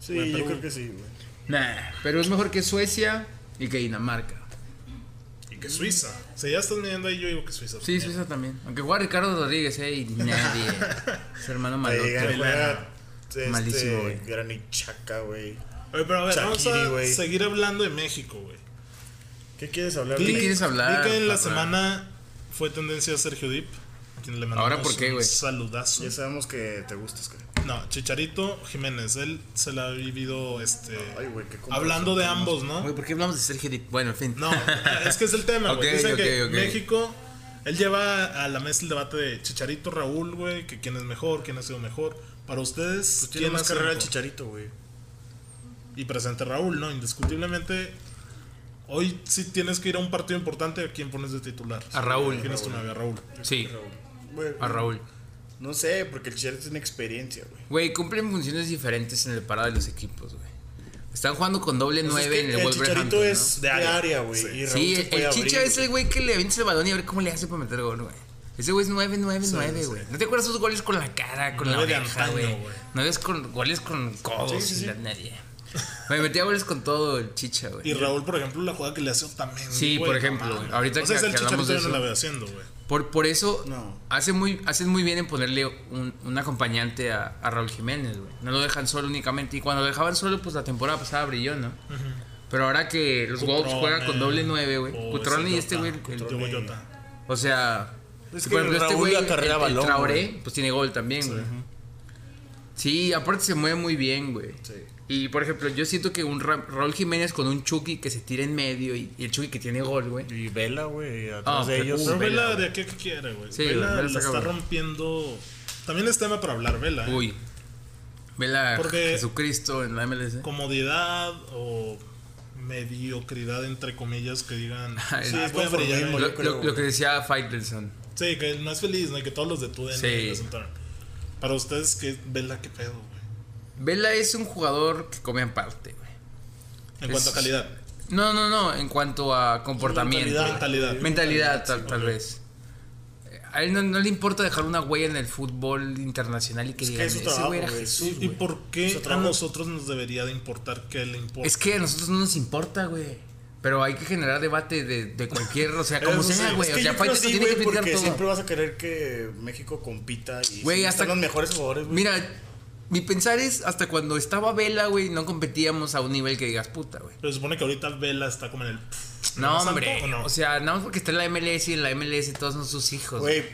[SPEAKER 3] Sí,
[SPEAKER 1] Güey,
[SPEAKER 3] yo
[SPEAKER 1] Perú.
[SPEAKER 3] creo que sí, güey.
[SPEAKER 2] Nah, Perú es mejor que Suecia y que Dinamarca.
[SPEAKER 1] Y que Suiza. Si ya estás midiendo ahí, yo digo que Suiza.
[SPEAKER 2] Mm. Sí, Suiza también. Aunque juega Ricardo Rodríguez, eh, y nadie. Su hermano
[SPEAKER 3] Ahí
[SPEAKER 2] malote.
[SPEAKER 3] juega Eh, este,
[SPEAKER 2] Malísimo, güey.
[SPEAKER 3] Granit Xhaka, güey.
[SPEAKER 1] Oye, pero a ver,
[SPEAKER 3] Shakiri,
[SPEAKER 1] vamos a
[SPEAKER 3] güey.
[SPEAKER 1] seguir hablando de México, güey.
[SPEAKER 3] ¿Qué quieres hablar?
[SPEAKER 2] ¿Qué
[SPEAKER 1] Vi-
[SPEAKER 3] güey?
[SPEAKER 2] quieres hablar,
[SPEAKER 1] Vi que en la
[SPEAKER 2] papá?
[SPEAKER 1] semana fue tendencia a Sergio Dip. a quien le mandamos
[SPEAKER 2] ¿Ahora por qué,
[SPEAKER 1] un
[SPEAKER 2] güey?
[SPEAKER 1] Saludazo.
[SPEAKER 3] Ya sabemos que te gustas, güey.
[SPEAKER 1] No, Chicharito Jiménez. Él se la ha vivido, este.
[SPEAKER 3] Ay, güey, qué comparación
[SPEAKER 1] hablando de
[SPEAKER 3] tenemos.
[SPEAKER 1] ambos, ¿no?
[SPEAKER 2] Güey, ¿por qué hablamos de Sergio Dip? Bueno, en fin.
[SPEAKER 1] No, es que es el tema, güey.
[SPEAKER 2] Ok,
[SPEAKER 1] Dicen que
[SPEAKER 2] ok, ok.
[SPEAKER 1] México, él lleva a la mesa el debate de Chicharito, Raúl, güey, que quién es mejor, quién ha sido mejor. Para ustedes,
[SPEAKER 3] Pues Tiene
[SPEAKER 1] ¿quién
[SPEAKER 3] más
[SPEAKER 1] ha sido
[SPEAKER 3] carrera el
[SPEAKER 1] mejor?
[SPEAKER 3] Chicharito, güey.
[SPEAKER 1] Y presente Raúl, ¿no? Indiscutiblemente, hoy sí tienes que ir a un partido importante, ¿a quién pones de titular?
[SPEAKER 2] A Raúl.
[SPEAKER 1] ¿Quién es tu nueve? A Raúl.
[SPEAKER 2] sí,
[SPEAKER 3] Güey,
[SPEAKER 2] a Raúl.
[SPEAKER 3] No sé, porque el Chicharito tiene experiencia, güey.
[SPEAKER 2] Güey, cumplen funciones diferentes en el parado de los equipos, güey. Están jugando con doble
[SPEAKER 3] Pues es
[SPEAKER 2] 9
[SPEAKER 3] que
[SPEAKER 2] en el,
[SPEAKER 3] el
[SPEAKER 2] Wolverhampton.
[SPEAKER 3] Chicharito es
[SPEAKER 2] ¿no?
[SPEAKER 3] de área, güey.
[SPEAKER 1] Sí.
[SPEAKER 3] y Raúl
[SPEAKER 2] Sí,
[SPEAKER 3] se
[SPEAKER 2] el,
[SPEAKER 3] puede abrir,
[SPEAKER 2] chicha es el güey que le avienta el balón y a ver cómo le hace para meter gol, güey. Ese güey es 9, 9, 9,
[SPEAKER 1] sí.
[SPEAKER 2] güey. ¿No te acuerdas sus goles con la cara, con la
[SPEAKER 1] Nueve de
[SPEAKER 2] oreja,
[SPEAKER 1] antaño,
[SPEAKER 2] güey?
[SPEAKER 1] güey.
[SPEAKER 2] No es con goles con codos
[SPEAKER 3] Sí, sí,
[SPEAKER 2] y
[SPEAKER 3] sí.
[SPEAKER 2] la nadie. Me metía goles con todo el chicha, güey.
[SPEAKER 1] Y Raúl, por ejemplo, la jugada que le hace Otamendi.
[SPEAKER 2] Sí,
[SPEAKER 1] güey,
[SPEAKER 2] por ejemplo,
[SPEAKER 1] no
[SPEAKER 2] güey.
[SPEAKER 1] mames.
[SPEAKER 2] Ahorita
[SPEAKER 1] o sea,
[SPEAKER 2] que-
[SPEAKER 1] es el
[SPEAKER 2] que
[SPEAKER 1] Chicharito
[SPEAKER 2] hablamos de
[SPEAKER 1] yo no
[SPEAKER 2] eso.
[SPEAKER 1] la veo haciendo, güey.
[SPEAKER 2] Por, por eso
[SPEAKER 3] No.
[SPEAKER 2] hace muy, hacen muy bien en ponerle un, un acompañante a, a Raúl Jiménez, güey. No lo dejan solo únicamente. Y cuando lo dejaban solo, pues la temporada pasada brilló, ¿no? Pero ahora que los
[SPEAKER 1] Cutrone,
[SPEAKER 2] Wolves juegan Pues con doble nueve,
[SPEAKER 1] o
[SPEAKER 2] güey. Cutrone y
[SPEAKER 1] ese
[SPEAKER 2] este
[SPEAKER 1] Jota,
[SPEAKER 2] güey. el-
[SPEAKER 1] Cutrone. Tota.
[SPEAKER 3] el-
[SPEAKER 1] Jota.
[SPEAKER 2] O sea,
[SPEAKER 3] Es
[SPEAKER 2] si, este
[SPEAKER 3] que Raúl acarrea
[SPEAKER 2] el, el
[SPEAKER 3] balón,
[SPEAKER 2] Traoré,
[SPEAKER 3] güey.
[SPEAKER 2] pues tiene gol también, güey. Sí, aparte se mueve muy bien, güey.
[SPEAKER 3] Sí.
[SPEAKER 2] Y por ejemplo, yo siento que un Ra- Raúl Jiménez con un Chucky que se tira en medio y, y el Chucky que tiene gol, güey.
[SPEAKER 3] Y Vela, güey, atrás
[SPEAKER 2] Ah,
[SPEAKER 3] de
[SPEAKER 2] pero-
[SPEAKER 3] ellos.
[SPEAKER 2] uh,
[SPEAKER 1] Pero
[SPEAKER 2] Vela,
[SPEAKER 1] Vela
[SPEAKER 2] güey.
[SPEAKER 1] de aquí a que quiere, güey.
[SPEAKER 2] Sí, güey,
[SPEAKER 1] Vela
[SPEAKER 2] Vela
[SPEAKER 1] la
[SPEAKER 2] está
[SPEAKER 1] está
[SPEAKER 2] cabrón.
[SPEAKER 1] rompiendo. También es tema para hablar, Vela. ¿eh?
[SPEAKER 2] Uy. Vela
[SPEAKER 1] Porque-
[SPEAKER 2] Jesucristo en la MLS.
[SPEAKER 1] Comodidad o mediocridad, entre comillas, que digan.
[SPEAKER 2] el-
[SPEAKER 1] sí,
[SPEAKER 2] Ah,
[SPEAKER 1] voy a brillar en
[SPEAKER 3] conformismo,
[SPEAKER 2] Lo,
[SPEAKER 1] el-
[SPEAKER 3] yo creo,
[SPEAKER 2] lo- lo que
[SPEAKER 3] güey.
[SPEAKER 2] decía Faitelson.
[SPEAKER 1] Sí, que no es feliz, ¿no? Y que todos los de tu
[SPEAKER 2] Sí.
[SPEAKER 1] DN presentaron. Para ustedes, ¿qué, Vela, qué pedo, güey.
[SPEAKER 2] Vela es un jugador que come aparte, güey.
[SPEAKER 1] En
[SPEAKER 2] Es-
[SPEAKER 1] cuanto a calidad.
[SPEAKER 2] No, no, no, en cuanto a comportamiento.
[SPEAKER 1] Mentalidad,
[SPEAKER 2] güey.
[SPEAKER 1] mentalidad.
[SPEAKER 2] Mentalidad, tal, tal vez. Eh, A él no, no le importa dejar una huella en el fútbol internacional y que
[SPEAKER 3] Es que
[SPEAKER 2] digan,
[SPEAKER 3] es su
[SPEAKER 2] ese güey
[SPEAKER 3] trabajo,
[SPEAKER 2] era
[SPEAKER 3] güey,
[SPEAKER 2] Jesús,
[SPEAKER 1] ¿Y, y
[SPEAKER 2] güey".
[SPEAKER 1] por
[SPEAKER 3] Es
[SPEAKER 1] qué
[SPEAKER 3] otro
[SPEAKER 1] a
[SPEAKER 3] mundo.
[SPEAKER 1] nosotros nos debería de importar que le importa?
[SPEAKER 2] Es que a nosotros no nos importa, güey. Pero hay que generar debate de, de cualquier, o sea,
[SPEAKER 3] Eso
[SPEAKER 2] como
[SPEAKER 3] sí.
[SPEAKER 2] sea, güey.
[SPEAKER 3] pues, Es
[SPEAKER 2] O
[SPEAKER 3] que
[SPEAKER 2] sea,
[SPEAKER 3] yo creo
[SPEAKER 2] Faitelson
[SPEAKER 3] sí,
[SPEAKER 2] tiene que
[SPEAKER 3] güey,
[SPEAKER 2] explicar
[SPEAKER 3] porque
[SPEAKER 2] todo.
[SPEAKER 3] siempre vas a querer que México compita y
[SPEAKER 2] Güey,
[SPEAKER 3] sí,
[SPEAKER 2] hasta-
[SPEAKER 3] están los mejores jugadores, güey.
[SPEAKER 2] Mira, mi pensar es hasta cuando estaba Vela, güey, no competíamos a un nivel que digas puta, güey.
[SPEAKER 1] Pero se supone que ahorita Vela está como en el.
[SPEAKER 2] No,
[SPEAKER 1] ¿Más
[SPEAKER 2] hombre.
[SPEAKER 1] alto o no?
[SPEAKER 2] O sea, nada más porque está en la MLS y en la MLS todos son sus hijos.
[SPEAKER 3] Güey,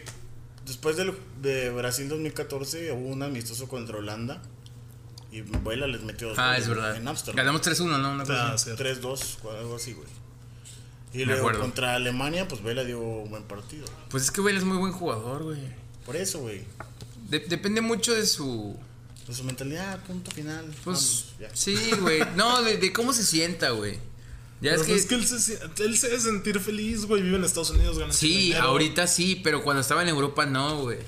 [SPEAKER 3] después del- de Brasil 2014 hubo un amistoso contra Holanda y Vela les metió dos
[SPEAKER 2] ah,
[SPEAKER 3] goles,
[SPEAKER 2] es
[SPEAKER 3] güey,
[SPEAKER 2] verdad.
[SPEAKER 3] en Amsterdam.
[SPEAKER 2] Ganamos 3-1, ¿no? Una cosa
[SPEAKER 1] Ah,
[SPEAKER 2] así.
[SPEAKER 1] sí.
[SPEAKER 3] 3-2, o algo así, güey. Y
[SPEAKER 2] Me
[SPEAKER 3] luego
[SPEAKER 2] acuerdo.
[SPEAKER 3] contra Alemania, pues Vela dio un buen partido.
[SPEAKER 2] Pues es que Vela es muy buen jugador, güey.
[SPEAKER 3] Por eso, güey.
[SPEAKER 2] De- depende mucho de su.
[SPEAKER 3] Pues su mentalidad, punto final.
[SPEAKER 2] Pues.
[SPEAKER 3] vamos, ya.
[SPEAKER 2] sí, güey. No, de, de cómo se sienta, güey. Ya
[SPEAKER 1] Pero
[SPEAKER 2] es que.
[SPEAKER 1] él, se, si- él se debe sentir feliz, güey. Vive en Estados Unidos, gana mucho
[SPEAKER 2] Sí,
[SPEAKER 1] dinero.
[SPEAKER 2] ahorita sí, pero cuando estaba en Europa no, güey.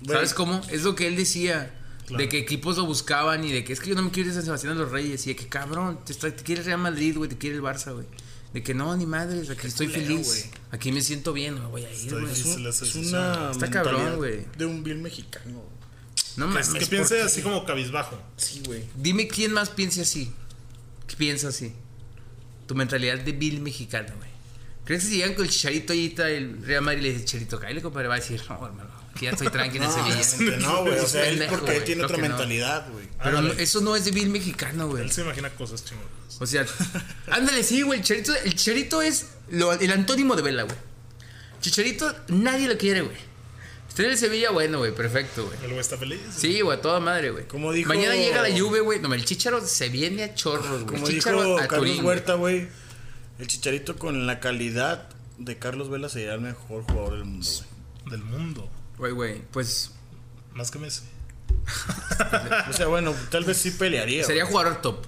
[SPEAKER 3] Güey.
[SPEAKER 2] ¿Sabes cómo? Es lo que él decía.
[SPEAKER 1] Claro.
[SPEAKER 2] De que equipos lo buscaban y de que es que yo no me quiero ir a San Sebastián de los Reyes. Y de que cabrón, te, está- te quiere el Real Madrid, güey, te quiere el Barça, güey. De que no, ni madres, aquí estoy
[SPEAKER 3] culero,
[SPEAKER 2] feliz.
[SPEAKER 3] güey.
[SPEAKER 2] Aquí me siento bien, no voy a ir,
[SPEAKER 1] Estoy
[SPEAKER 2] güey.
[SPEAKER 1] feliz.
[SPEAKER 3] Es, un-
[SPEAKER 1] Se les
[SPEAKER 3] es
[SPEAKER 1] asoció.
[SPEAKER 3] una
[SPEAKER 2] Está cabrón,
[SPEAKER 3] mentalidad
[SPEAKER 2] güey.
[SPEAKER 3] de un vil mexicano.
[SPEAKER 2] No
[SPEAKER 1] Que, que
[SPEAKER 2] mames.
[SPEAKER 1] piense
[SPEAKER 2] ¿por qué?
[SPEAKER 1] así como cabizbajo.
[SPEAKER 3] Sí, güey.
[SPEAKER 2] Dime quién más piensa así. que Piensa así. Tu mentalidad de Bill mexicano, güey. ¿Crees que si llegan con el chicharito ahorita el Real Madrid le dice chicharito, cállate, compadre? Va a decir, no, hermano, que ya estoy tranquilo en
[SPEAKER 3] No,
[SPEAKER 2] Sevilla.
[SPEAKER 3] obviamente no, güey. O
[SPEAKER 2] Es
[SPEAKER 3] sea, él
[SPEAKER 2] pendejo,
[SPEAKER 3] porque
[SPEAKER 2] güey,
[SPEAKER 3] tiene
[SPEAKER 2] creo
[SPEAKER 3] otra
[SPEAKER 2] que no.
[SPEAKER 3] mentalidad, güey.
[SPEAKER 2] Pero
[SPEAKER 1] Ándale.
[SPEAKER 2] no- eso no es de Bill mexicano, güey.
[SPEAKER 1] Él se imagina cosas chingonas.
[SPEAKER 2] O sea, ándale, sí, güey. El chicharito, el chicharito es lo- el antónimo de Vela, güey. Chicharito, nadie lo quiere, güey. Está en el Sevilla, bueno, güey, perfecto, güey.
[SPEAKER 1] El güey está feliz.
[SPEAKER 2] Sí, güey, a toda madre, güey.
[SPEAKER 3] Como dijo-
[SPEAKER 2] Mañana llega la lluvia, güey. No, el chicharo se viene a chorros, güey.
[SPEAKER 3] Como
[SPEAKER 2] El
[SPEAKER 3] dijo
[SPEAKER 2] chícharo a
[SPEAKER 3] Carlos
[SPEAKER 2] Turín, güey.
[SPEAKER 3] Huerta, güey. El chicharito con la calidad de Carlos Vela sería el mejor jugador del mundo, güey.
[SPEAKER 1] Del mundo.
[SPEAKER 2] Güey, güey, pues
[SPEAKER 1] Más que Messi.
[SPEAKER 3] O sea, bueno, tal vez sí pelearía.
[SPEAKER 2] sería
[SPEAKER 3] güey.
[SPEAKER 2] jugador top.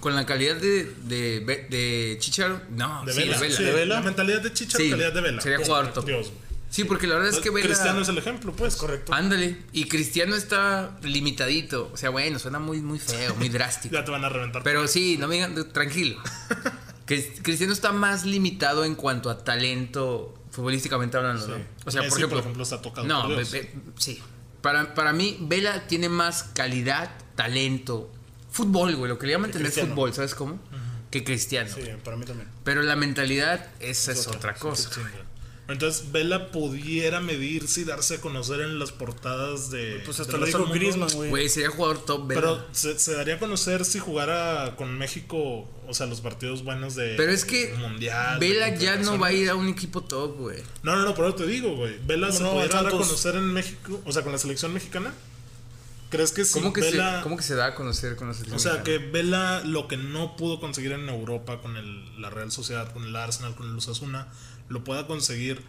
[SPEAKER 2] con la calidad de, de, Ve- de Chicharo, no,
[SPEAKER 1] De
[SPEAKER 2] sí,
[SPEAKER 1] Vela.
[SPEAKER 2] de Vela.
[SPEAKER 1] sí.
[SPEAKER 3] ¿De Vela?
[SPEAKER 1] La mentalidad de Chicha,
[SPEAKER 2] Sí,
[SPEAKER 1] la calidad de Vela.
[SPEAKER 2] sería
[SPEAKER 1] Pues,
[SPEAKER 2] jugador top.
[SPEAKER 1] Dios, güey.
[SPEAKER 2] Sí, porque la verdad es que Vela.
[SPEAKER 1] Cristiano es el ejemplo, pues.
[SPEAKER 3] Correcto.
[SPEAKER 2] Ándale. Y Cristiano está limitadito. O sea, bueno, suena muy, muy feo, muy drástico.
[SPEAKER 1] Ya te van a reventar.
[SPEAKER 2] Pero sí, no me digan, tranquilo. Que Cristiano está más limitado en cuanto a talento futbolísticamente hablando, ¿no?
[SPEAKER 1] Sí.
[SPEAKER 2] O sea,
[SPEAKER 1] Messi,
[SPEAKER 2] por ejemplo,
[SPEAKER 1] por ejemplo, está tocado
[SPEAKER 2] No,
[SPEAKER 1] por Dios.
[SPEAKER 2] Pepe, sí. Para, para mí, Vela tiene más calidad, talento, fútbol, güey. Lo que le llaman tener
[SPEAKER 3] Cristiano.
[SPEAKER 2] fútbol, ¿sabes cómo? Que Cristiano.
[SPEAKER 3] Sí, para mí también.
[SPEAKER 2] Pero la mentalidad, esa es, otra cosa.
[SPEAKER 1] Sí, chinga. Entonces, Vela pudiera medirse y darse a conocer en las portadas de.
[SPEAKER 3] Pues
[SPEAKER 1] de
[SPEAKER 3] hasta lo
[SPEAKER 1] Los
[SPEAKER 3] dijo
[SPEAKER 1] Mundo.
[SPEAKER 3] Griezmann, güey.
[SPEAKER 2] Güey, sería jugador top, Vela.
[SPEAKER 1] Pero
[SPEAKER 2] Pero,
[SPEAKER 1] se, se daría a conocer si jugara con México, o sea, los partidos buenos de.
[SPEAKER 2] es que
[SPEAKER 1] eh, Mundial. de
[SPEAKER 2] Vela ya no va a
[SPEAKER 1] Confederaciones.
[SPEAKER 2] ir a un equipo top, güey.
[SPEAKER 1] No, no, no, por eso te digo, güey. Vela
[SPEAKER 3] No,
[SPEAKER 1] se
[SPEAKER 3] no,
[SPEAKER 1] pudiera dar a
[SPEAKER 3] Santos.
[SPEAKER 1] conocer en México, o sea, con la selección mexicana. ¿Crees que sí?
[SPEAKER 2] ¿Cómo, que
[SPEAKER 1] Vela,
[SPEAKER 2] se, ¿Cómo que se da a conocer con la selección
[SPEAKER 1] O sea, que
[SPEAKER 2] mexicana?
[SPEAKER 1] Vela lo que no pudo conseguir en Europa con el- la Real Sociedad, con el Arsenal, con el Osasuna, lo pueda conseguir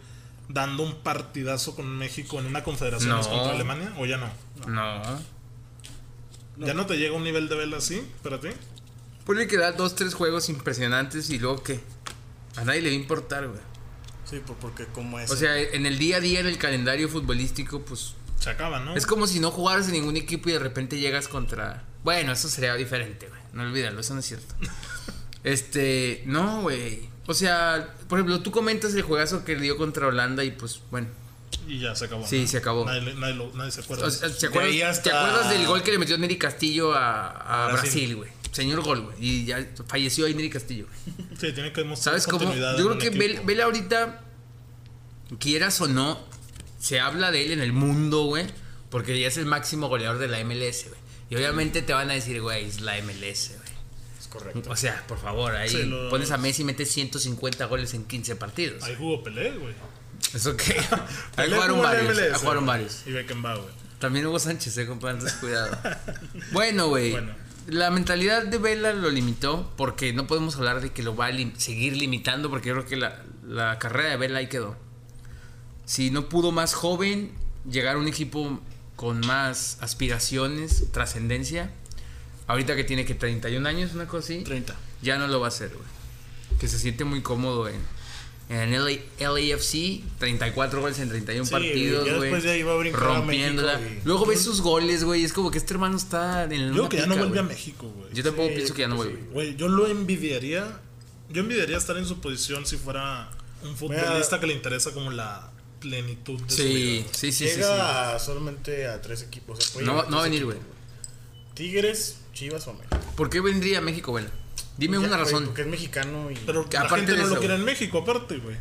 [SPEAKER 1] dando un partidazo con México en una confederación
[SPEAKER 2] No.
[SPEAKER 1] contra Alemania, o ya no?
[SPEAKER 2] No.
[SPEAKER 1] ¿Ya no te llega un nivel de Vela así para ti?
[SPEAKER 2] Puede que da dos, tres juegos impresionantes y luego qué. A nadie le va a importar, güey.
[SPEAKER 3] Sí, por- porque como es.
[SPEAKER 2] O sea, en el día a día, en el calendario futbolístico, pues
[SPEAKER 1] Se acaba,
[SPEAKER 3] Ah.
[SPEAKER 1] ¿no?
[SPEAKER 2] Es como si no jugaras en ningún equipo y de repente llegas contra. Bueno, eso sería diferente, güey. No olvídalo, eso no es cierto. Este, no, güey. O sea, por ejemplo, tú comentas el juegazo que dio contra Holanda y pues, bueno.
[SPEAKER 1] Y ya se acabó.
[SPEAKER 2] Sí,
[SPEAKER 1] ¿no?
[SPEAKER 2] se acabó.
[SPEAKER 1] Nadie, le- nadie lo- nadie se acuerda.
[SPEAKER 2] O sea, ¿te,
[SPEAKER 3] De
[SPEAKER 2] acuerdas,
[SPEAKER 3] ahí
[SPEAKER 2] te
[SPEAKER 3] hasta-
[SPEAKER 2] acuerdas del gol que le metió Neri Castillo a, a Brasil,
[SPEAKER 3] Brasil.
[SPEAKER 2] güey? Señor gol, güey. Y ya falleció ahí Neri Castillo.
[SPEAKER 1] sí, tiene que demostrar
[SPEAKER 2] ¿Sabes cómo?
[SPEAKER 1] continuidad
[SPEAKER 2] Yo
[SPEAKER 1] en
[SPEAKER 2] creo
[SPEAKER 1] un
[SPEAKER 2] que
[SPEAKER 1] equipo.
[SPEAKER 2] Vela, Vela ahorita, quieras o no, se habla de él en el mundo, güey, porque ya es el máximo goleador de la MLS, güey. Y obviamente te van a decir, güey, es la MLS, güey.
[SPEAKER 3] es correcto.
[SPEAKER 2] O sea, por favor, ahí
[SPEAKER 1] Sí, lo-
[SPEAKER 2] pones a Messi y metes 150 goles en 15 partidos.
[SPEAKER 1] Ahí jugó Pelé, güey.
[SPEAKER 2] ¿Eso qué? Ahí
[SPEAKER 1] Pelé
[SPEAKER 2] jugaron
[SPEAKER 1] jugó en la
[SPEAKER 2] varios.
[SPEAKER 1] MLS,
[SPEAKER 2] ahí jugaron
[SPEAKER 1] güey.
[SPEAKER 2] varios.
[SPEAKER 1] Y Beckenbauer.
[SPEAKER 2] También Hugo Sánchez, eh, compadre, entonces cuidado. bueno, güey.
[SPEAKER 1] Bueno.
[SPEAKER 2] La mentalidad de Vela lo limitó porque no podemos hablar de que lo va a lim- seguir limitando porque yo creo que la, la carrera de Vela ahí quedó. Si no pudo más joven llegar a un equipo con más aspiraciones, trascendencia, ahorita que tiene que 31 años, una cosa así,
[SPEAKER 3] 30.
[SPEAKER 2] ya no lo va a hacer, güey. Que se siente muy cómodo en, en LA, LAFC, 34 goles en 31
[SPEAKER 3] Sí,
[SPEAKER 2] partidos,
[SPEAKER 3] ya
[SPEAKER 2] güey.
[SPEAKER 3] después de ahí va a brincar a
[SPEAKER 2] rompiéndola.
[SPEAKER 3] México y-
[SPEAKER 2] Luego ves sus goles, güey, es como que este hermano está en el
[SPEAKER 1] Yo creo que ya no vuelve a México, güey.
[SPEAKER 2] Yo tampoco
[SPEAKER 3] Sí,
[SPEAKER 2] pienso que ya no
[SPEAKER 3] pues
[SPEAKER 2] vuelve.
[SPEAKER 1] Güey, yo lo envidiaría. Yo envidiaría estar en su posición si fuera un futbolista que le interesa como la plenitud de su
[SPEAKER 2] Sí,
[SPEAKER 1] vida.
[SPEAKER 2] sí, sí, sí, sí.
[SPEAKER 3] Llega a- solamente a tres equipos. o sea, puede
[SPEAKER 2] No,
[SPEAKER 3] llegar
[SPEAKER 2] va- no va a
[SPEAKER 3] tres
[SPEAKER 2] venir, güey.
[SPEAKER 3] equipos, Tigres, Chivas o América.
[SPEAKER 2] ¿Por qué vendría a México, güey? Dime
[SPEAKER 3] Ya,
[SPEAKER 2] una
[SPEAKER 3] güey,
[SPEAKER 2] razón.
[SPEAKER 3] Porque es mexicano y.
[SPEAKER 1] Pero
[SPEAKER 2] Que
[SPEAKER 1] la
[SPEAKER 2] aparte
[SPEAKER 1] gente
[SPEAKER 2] de
[SPEAKER 1] no
[SPEAKER 2] eso,
[SPEAKER 1] lo quiere
[SPEAKER 2] güey.
[SPEAKER 1] en México, aparte, güey.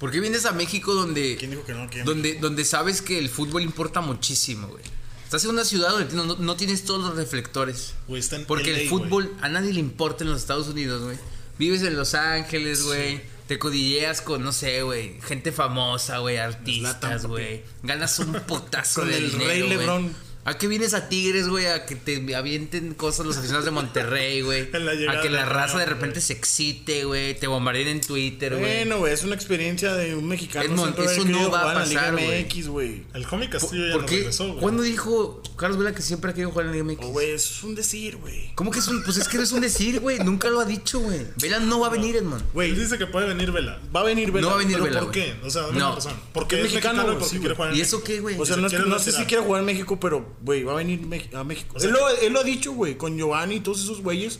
[SPEAKER 2] ¿Por qué vienes a México
[SPEAKER 3] ¿Quién
[SPEAKER 2] donde,
[SPEAKER 3] dijo que no? ¿Quién?
[SPEAKER 2] donde, donde sabes que el fútbol importa muchísimo, güey? Estás en una ciudad donde no- no tienes todos los reflectores.
[SPEAKER 1] Güey, está en
[SPEAKER 2] Porque
[SPEAKER 1] LA, güey.
[SPEAKER 2] el fútbol a nadie le importa en los Estados Unidos, güey. Vives en Los Ángeles, güey. Te codilleas con, no sé, güey, gente famosa, güey, artistas,
[SPEAKER 3] papi.
[SPEAKER 2] güey. Ganas un potazo
[SPEAKER 3] Con
[SPEAKER 2] de
[SPEAKER 3] el
[SPEAKER 2] dinero,
[SPEAKER 3] Rey
[SPEAKER 2] güey.
[SPEAKER 3] Lebrón.
[SPEAKER 2] ¿A qué vienes a Tigres, güey? A que te avienten cosas los aficionados de Monterrey, güey.
[SPEAKER 1] En la llegada
[SPEAKER 2] A que
[SPEAKER 1] de
[SPEAKER 2] la
[SPEAKER 1] la
[SPEAKER 2] raza de
[SPEAKER 1] Real,
[SPEAKER 2] repente
[SPEAKER 1] güey.
[SPEAKER 2] se excite, güey. Te bombardeen en Twitter, güey.
[SPEAKER 3] Bueno, güey, es una experiencia de un mexicano.
[SPEAKER 2] Edmond,
[SPEAKER 3] siempre haber
[SPEAKER 2] eso no
[SPEAKER 3] querido
[SPEAKER 2] va a
[SPEAKER 3] jugar en la
[SPEAKER 2] pasar,
[SPEAKER 3] Liga
[SPEAKER 2] güey.
[SPEAKER 3] MX, güey.
[SPEAKER 1] El homie
[SPEAKER 2] ¿Por,
[SPEAKER 1] Castillo ya
[SPEAKER 2] por
[SPEAKER 1] no
[SPEAKER 2] qué?
[SPEAKER 1] regresó, güey.
[SPEAKER 2] ¿Cuándo dijo Carlos Vela que siempre ha querido jugar en la Liga MX?
[SPEAKER 3] Oh, güey, eso es un decir, güey.
[SPEAKER 2] ¿Cómo que es un.? Pues es que no es un decir, güey. Nunca lo ha dicho, güey. Vela no va a venir, Edmond.
[SPEAKER 1] Él
[SPEAKER 3] Güey,
[SPEAKER 1] dice que puede venir Vela.
[SPEAKER 3] va a venir Vela.
[SPEAKER 2] No va a venir
[SPEAKER 1] ¿Pero
[SPEAKER 2] Vela,
[SPEAKER 1] por
[SPEAKER 2] güey.
[SPEAKER 1] qué? O sea, dame una
[SPEAKER 2] No.
[SPEAKER 1] razón. Porque es
[SPEAKER 3] es
[SPEAKER 1] mexicano
[SPEAKER 3] mexicano,
[SPEAKER 1] y
[SPEAKER 3] güey,
[SPEAKER 1] porque
[SPEAKER 3] sí,
[SPEAKER 1] quiere
[SPEAKER 3] güey.
[SPEAKER 1] jugar en
[SPEAKER 2] ¿Y eso qué, güey?
[SPEAKER 3] O sea,
[SPEAKER 1] se
[SPEAKER 3] no, es que-
[SPEAKER 1] quiere
[SPEAKER 3] no sé si
[SPEAKER 1] retirar.
[SPEAKER 3] quiere jugar en México, pero, güey, va a venir Mex- a México.
[SPEAKER 1] O sea,
[SPEAKER 3] él, lo, él lo ha dicho, güey, con Giovanni y todos esos güeyes,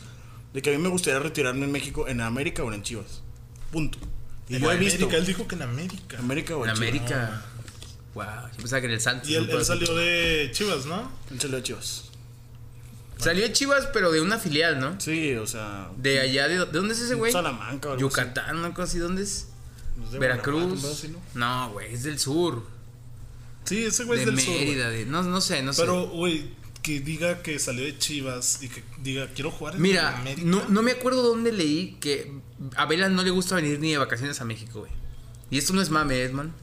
[SPEAKER 3] de que a mí me gustaría retirarme en México, en América o en Chivas. Punto. Y
[SPEAKER 1] En
[SPEAKER 3] yo he
[SPEAKER 1] América,
[SPEAKER 3] visto.
[SPEAKER 1] Él dijo que en América.
[SPEAKER 3] América o
[SPEAKER 2] En
[SPEAKER 3] en Chivas.
[SPEAKER 2] América. Wow, yo pensaba que en el Santos.
[SPEAKER 1] Y
[SPEAKER 2] no
[SPEAKER 1] él,
[SPEAKER 2] puedo
[SPEAKER 1] él
[SPEAKER 2] decir.
[SPEAKER 1] salió de Chivas, ¿no?
[SPEAKER 3] Él salió de Chivas.
[SPEAKER 2] Salió de Chivas, pero de una filial, ¿no?
[SPEAKER 3] Sí, o sea.
[SPEAKER 2] De allá, ¿de, de dónde es ese güey?
[SPEAKER 3] Salamanca o algo
[SPEAKER 2] Yucatán, una cosa así, ¿dónde es?
[SPEAKER 3] así. De Guanajuato, algo
[SPEAKER 2] Veracruz.
[SPEAKER 3] así, ¿no?
[SPEAKER 2] No, güey, es del sur.
[SPEAKER 1] Sí, ese güey
[SPEAKER 2] De
[SPEAKER 1] es del sur. güey.
[SPEAKER 2] Mérida, de. No, no sé, no sé.
[SPEAKER 1] Pero, güey, que diga que salió de Chivas y que diga, quiero jugar en
[SPEAKER 2] Mira,
[SPEAKER 1] América.
[SPEAKER 2] no, no me acuerdo dónde leí que a Vela no le gusta venir ni de vacaciones a México, güey. Y esto no es mame, Edman.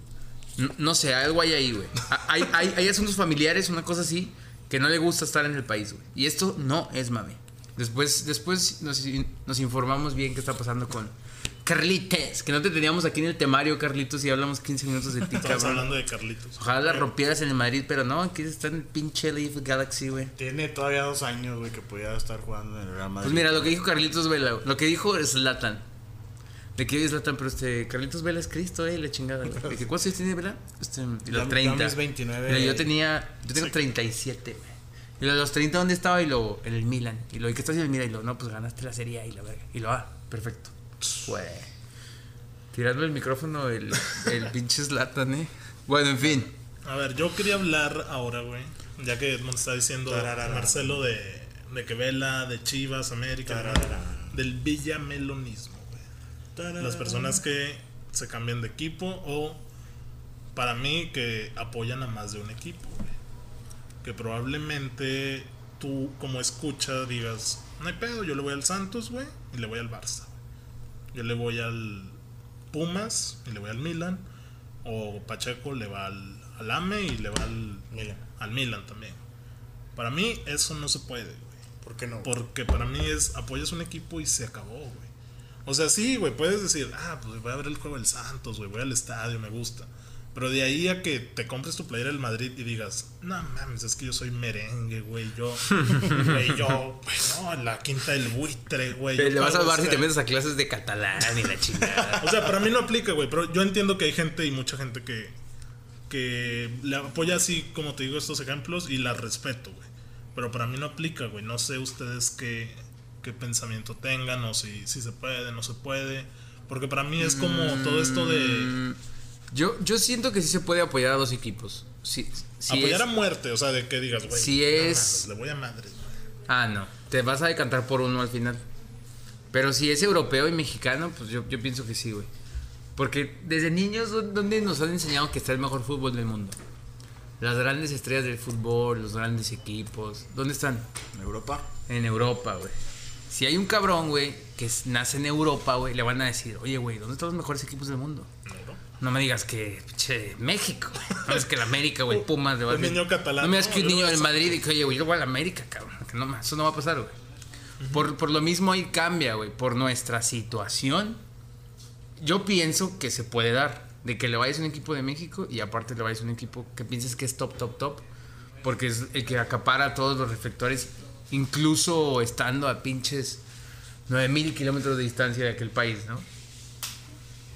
[SPEAKER 2] No, no sé, algo hay ahí, güey. A- Hay, hay, hay asuntos familiares, una cosa así, que no le gusta estar en el país, güey. Y esto no es mame. Después, después nos, nos informamos bien qué está pasando con, Carlites, que no te teníamos aquí en el temario, Carlitos, y hablamos 15 minutos de ti,
[SPEAKER 1] Estamos
[SPEAKER 2] cabrón.
[SPEAKER 1] hablando de Carlitos.
[SPEAKER 2] Ojalá la rompieras en el Madrid, pero no, aquí está en el pinche Leaf Galaxy, güey.
[SPEAKER 3] Tiene todavía dos años, güey, que podía estar jugando en el Real Madrid.
[SPEAKER 2] Pues mira, lo que dijo Carlitos Vela, güey, lo que dijo es Latan. Le quiero Latan, pero este, Carlitos Vela es Cristo, eh, la chingada. güey. Le dije, ¿cuántos años tiene Vela? Este, y
[SPEAKER 3] Ya-
[SPEAKER 2] los
[SPEAKER 3] ya
[SPEAKER 2] 30.
[SPEAKER 3] mis 29.
[SPEAKER 2] Mira, yo tenía, yo tengo
[SPEAKER 1] Sí.
[SPEAKER 2] 37, güey. Y los 30, ¿dónde estaba? Y luego, en el Milan. Y lo, ¿y qué estás en el Milan? Y lo, no, pues ganaste la Serie A y la verga. Y lo, ah, perfecto. Güey. Tirando el micrófono el, el pinche Zlatan, eh. Bueno, en fin.
[SPEAKER 1] A ver, yo quería hablar ahora, güey. Ya que Edmond está diciendo
[SPEAKER 3] Tararara.
[SPEAKER 1] Marcelo de, de que Vela, de Chivas, América,
[SPEAKER 3] Tararara.
[SPEAKER 1] del villamelonismo, güey. Las personas que se cambian de equipo o para mí que apoyan a más de un equipo, güey. Que probablemente tú como escucha digas, no hay pedo, yo le voy al Santos, güey, y le voy al Barça. güey. Yo le voy al Pumas y le voy al Milan. O Pacheco le va al, al AME y le va al,
[SPEAKER 3] Mira,
[SPEAKER 1] al Milan también. Para mí eso no se puede, güey.
[SPEAKER 3] ¿por qué no?
[SPEAKER 1] Porque para mí es apoyas un equipo y se acabó, güey. O sea, sí, güey, puedes decir, ah, pues voy a ver el juego del Santos, güey, voy al estadio, me gusta. Pero de ahí a que te compres tu playera del Madrid y digas, no mames, es que yo soy merengue, güey, yo, güey, yo, güey, no, la quinta del buitre, güey.
[SPEAKER 2] Le
[SPEAKER 1] yo
[SPEAKER 2] vas a
[SPEAKER 1] pago
[SPEAKER 2] salvar si
[SPEAKER 1] este-
[SPEAKER 2] te metes a clases de catalán y la chingada.
[SPEAKER 1] O sea, para mí no aplica, güey, pero yo entiendo que hay gente y mucha gente que, que le apoya así, como te digo, estos ejemplos y la respeto, güey. Pero para mí no aplica, güey. No sé ustedes qué, qué pensamiento tengan o si, si se puede, no se puede. Porque para mí es como todo esto de
[SPEAKER 2] Mm, Yo, yo siento que sí se puede apoyar a dos equipos. Sí, sí
[SPEAKER 1] apoyar a
[SPEAKER 2] es-
[SPEAKER 1] muerte, o sea, de que digas, güey.
[SPEAKER 2] Si
[SPEAKER 1] no
[SPEAKER 2] es-
[SPEAKER 1] mames, le voy a madres, güey.
[SPEAKER 2] Ah, no. Te vas a decantar por uno al final. Pero si es europeo y mexicano, pues yo, yo pienso que sí, güey. Porque desde niños, ¿dó- ¿dónde nos han enseñado que está el mejor fútbol del mundo? Las grandes estrellas del fútbol, los grandes equipos. ¿Dónde están?
[SPEAKER 3] ¿En Europa?
[SPEAKER 2] En Europa, güey. Si hay un cabrón, güey, que s- nace en Europa, güey, le van a decir, oye, güey, ¿dónde están los mejores equipos del mundo?
[SPEAKER 1] No, no.
[SPEAKER 2] No me digas que, che, México. güey. No es que el América, güey, Pumas. le va
[SPEAKER 1] Un
[SPEAKER 2] a decir-
[SPEAKER 1] niño catalán,
[SPEAKER 2] No me digas
[SPEAKER 1] ¿no?
[SPEAKER 2] que un
[SPEAKER 1] Yo
[SPEAKER 2] niño
[SPEAKER 1] lo
[SPEAKER 2] del
[SPEAKER 1] sé.
[SPEAKER 2] Madrid y que, oye, güey, yo voy a la América, cabrón. Que no, ma- eso no va a pasar, güey. Por, por lo mismo ahí cambia, güey. Por nuestra situación, yo pienso que se puede dar. De que le vayas a un equipo de México y aparte le vayas a un equipo que pienses que es top, top, top. Porque es el que acapara todos los reflectores, incluso estando a pinches 9000 kilómetros de distancia de aquel país, ¿no?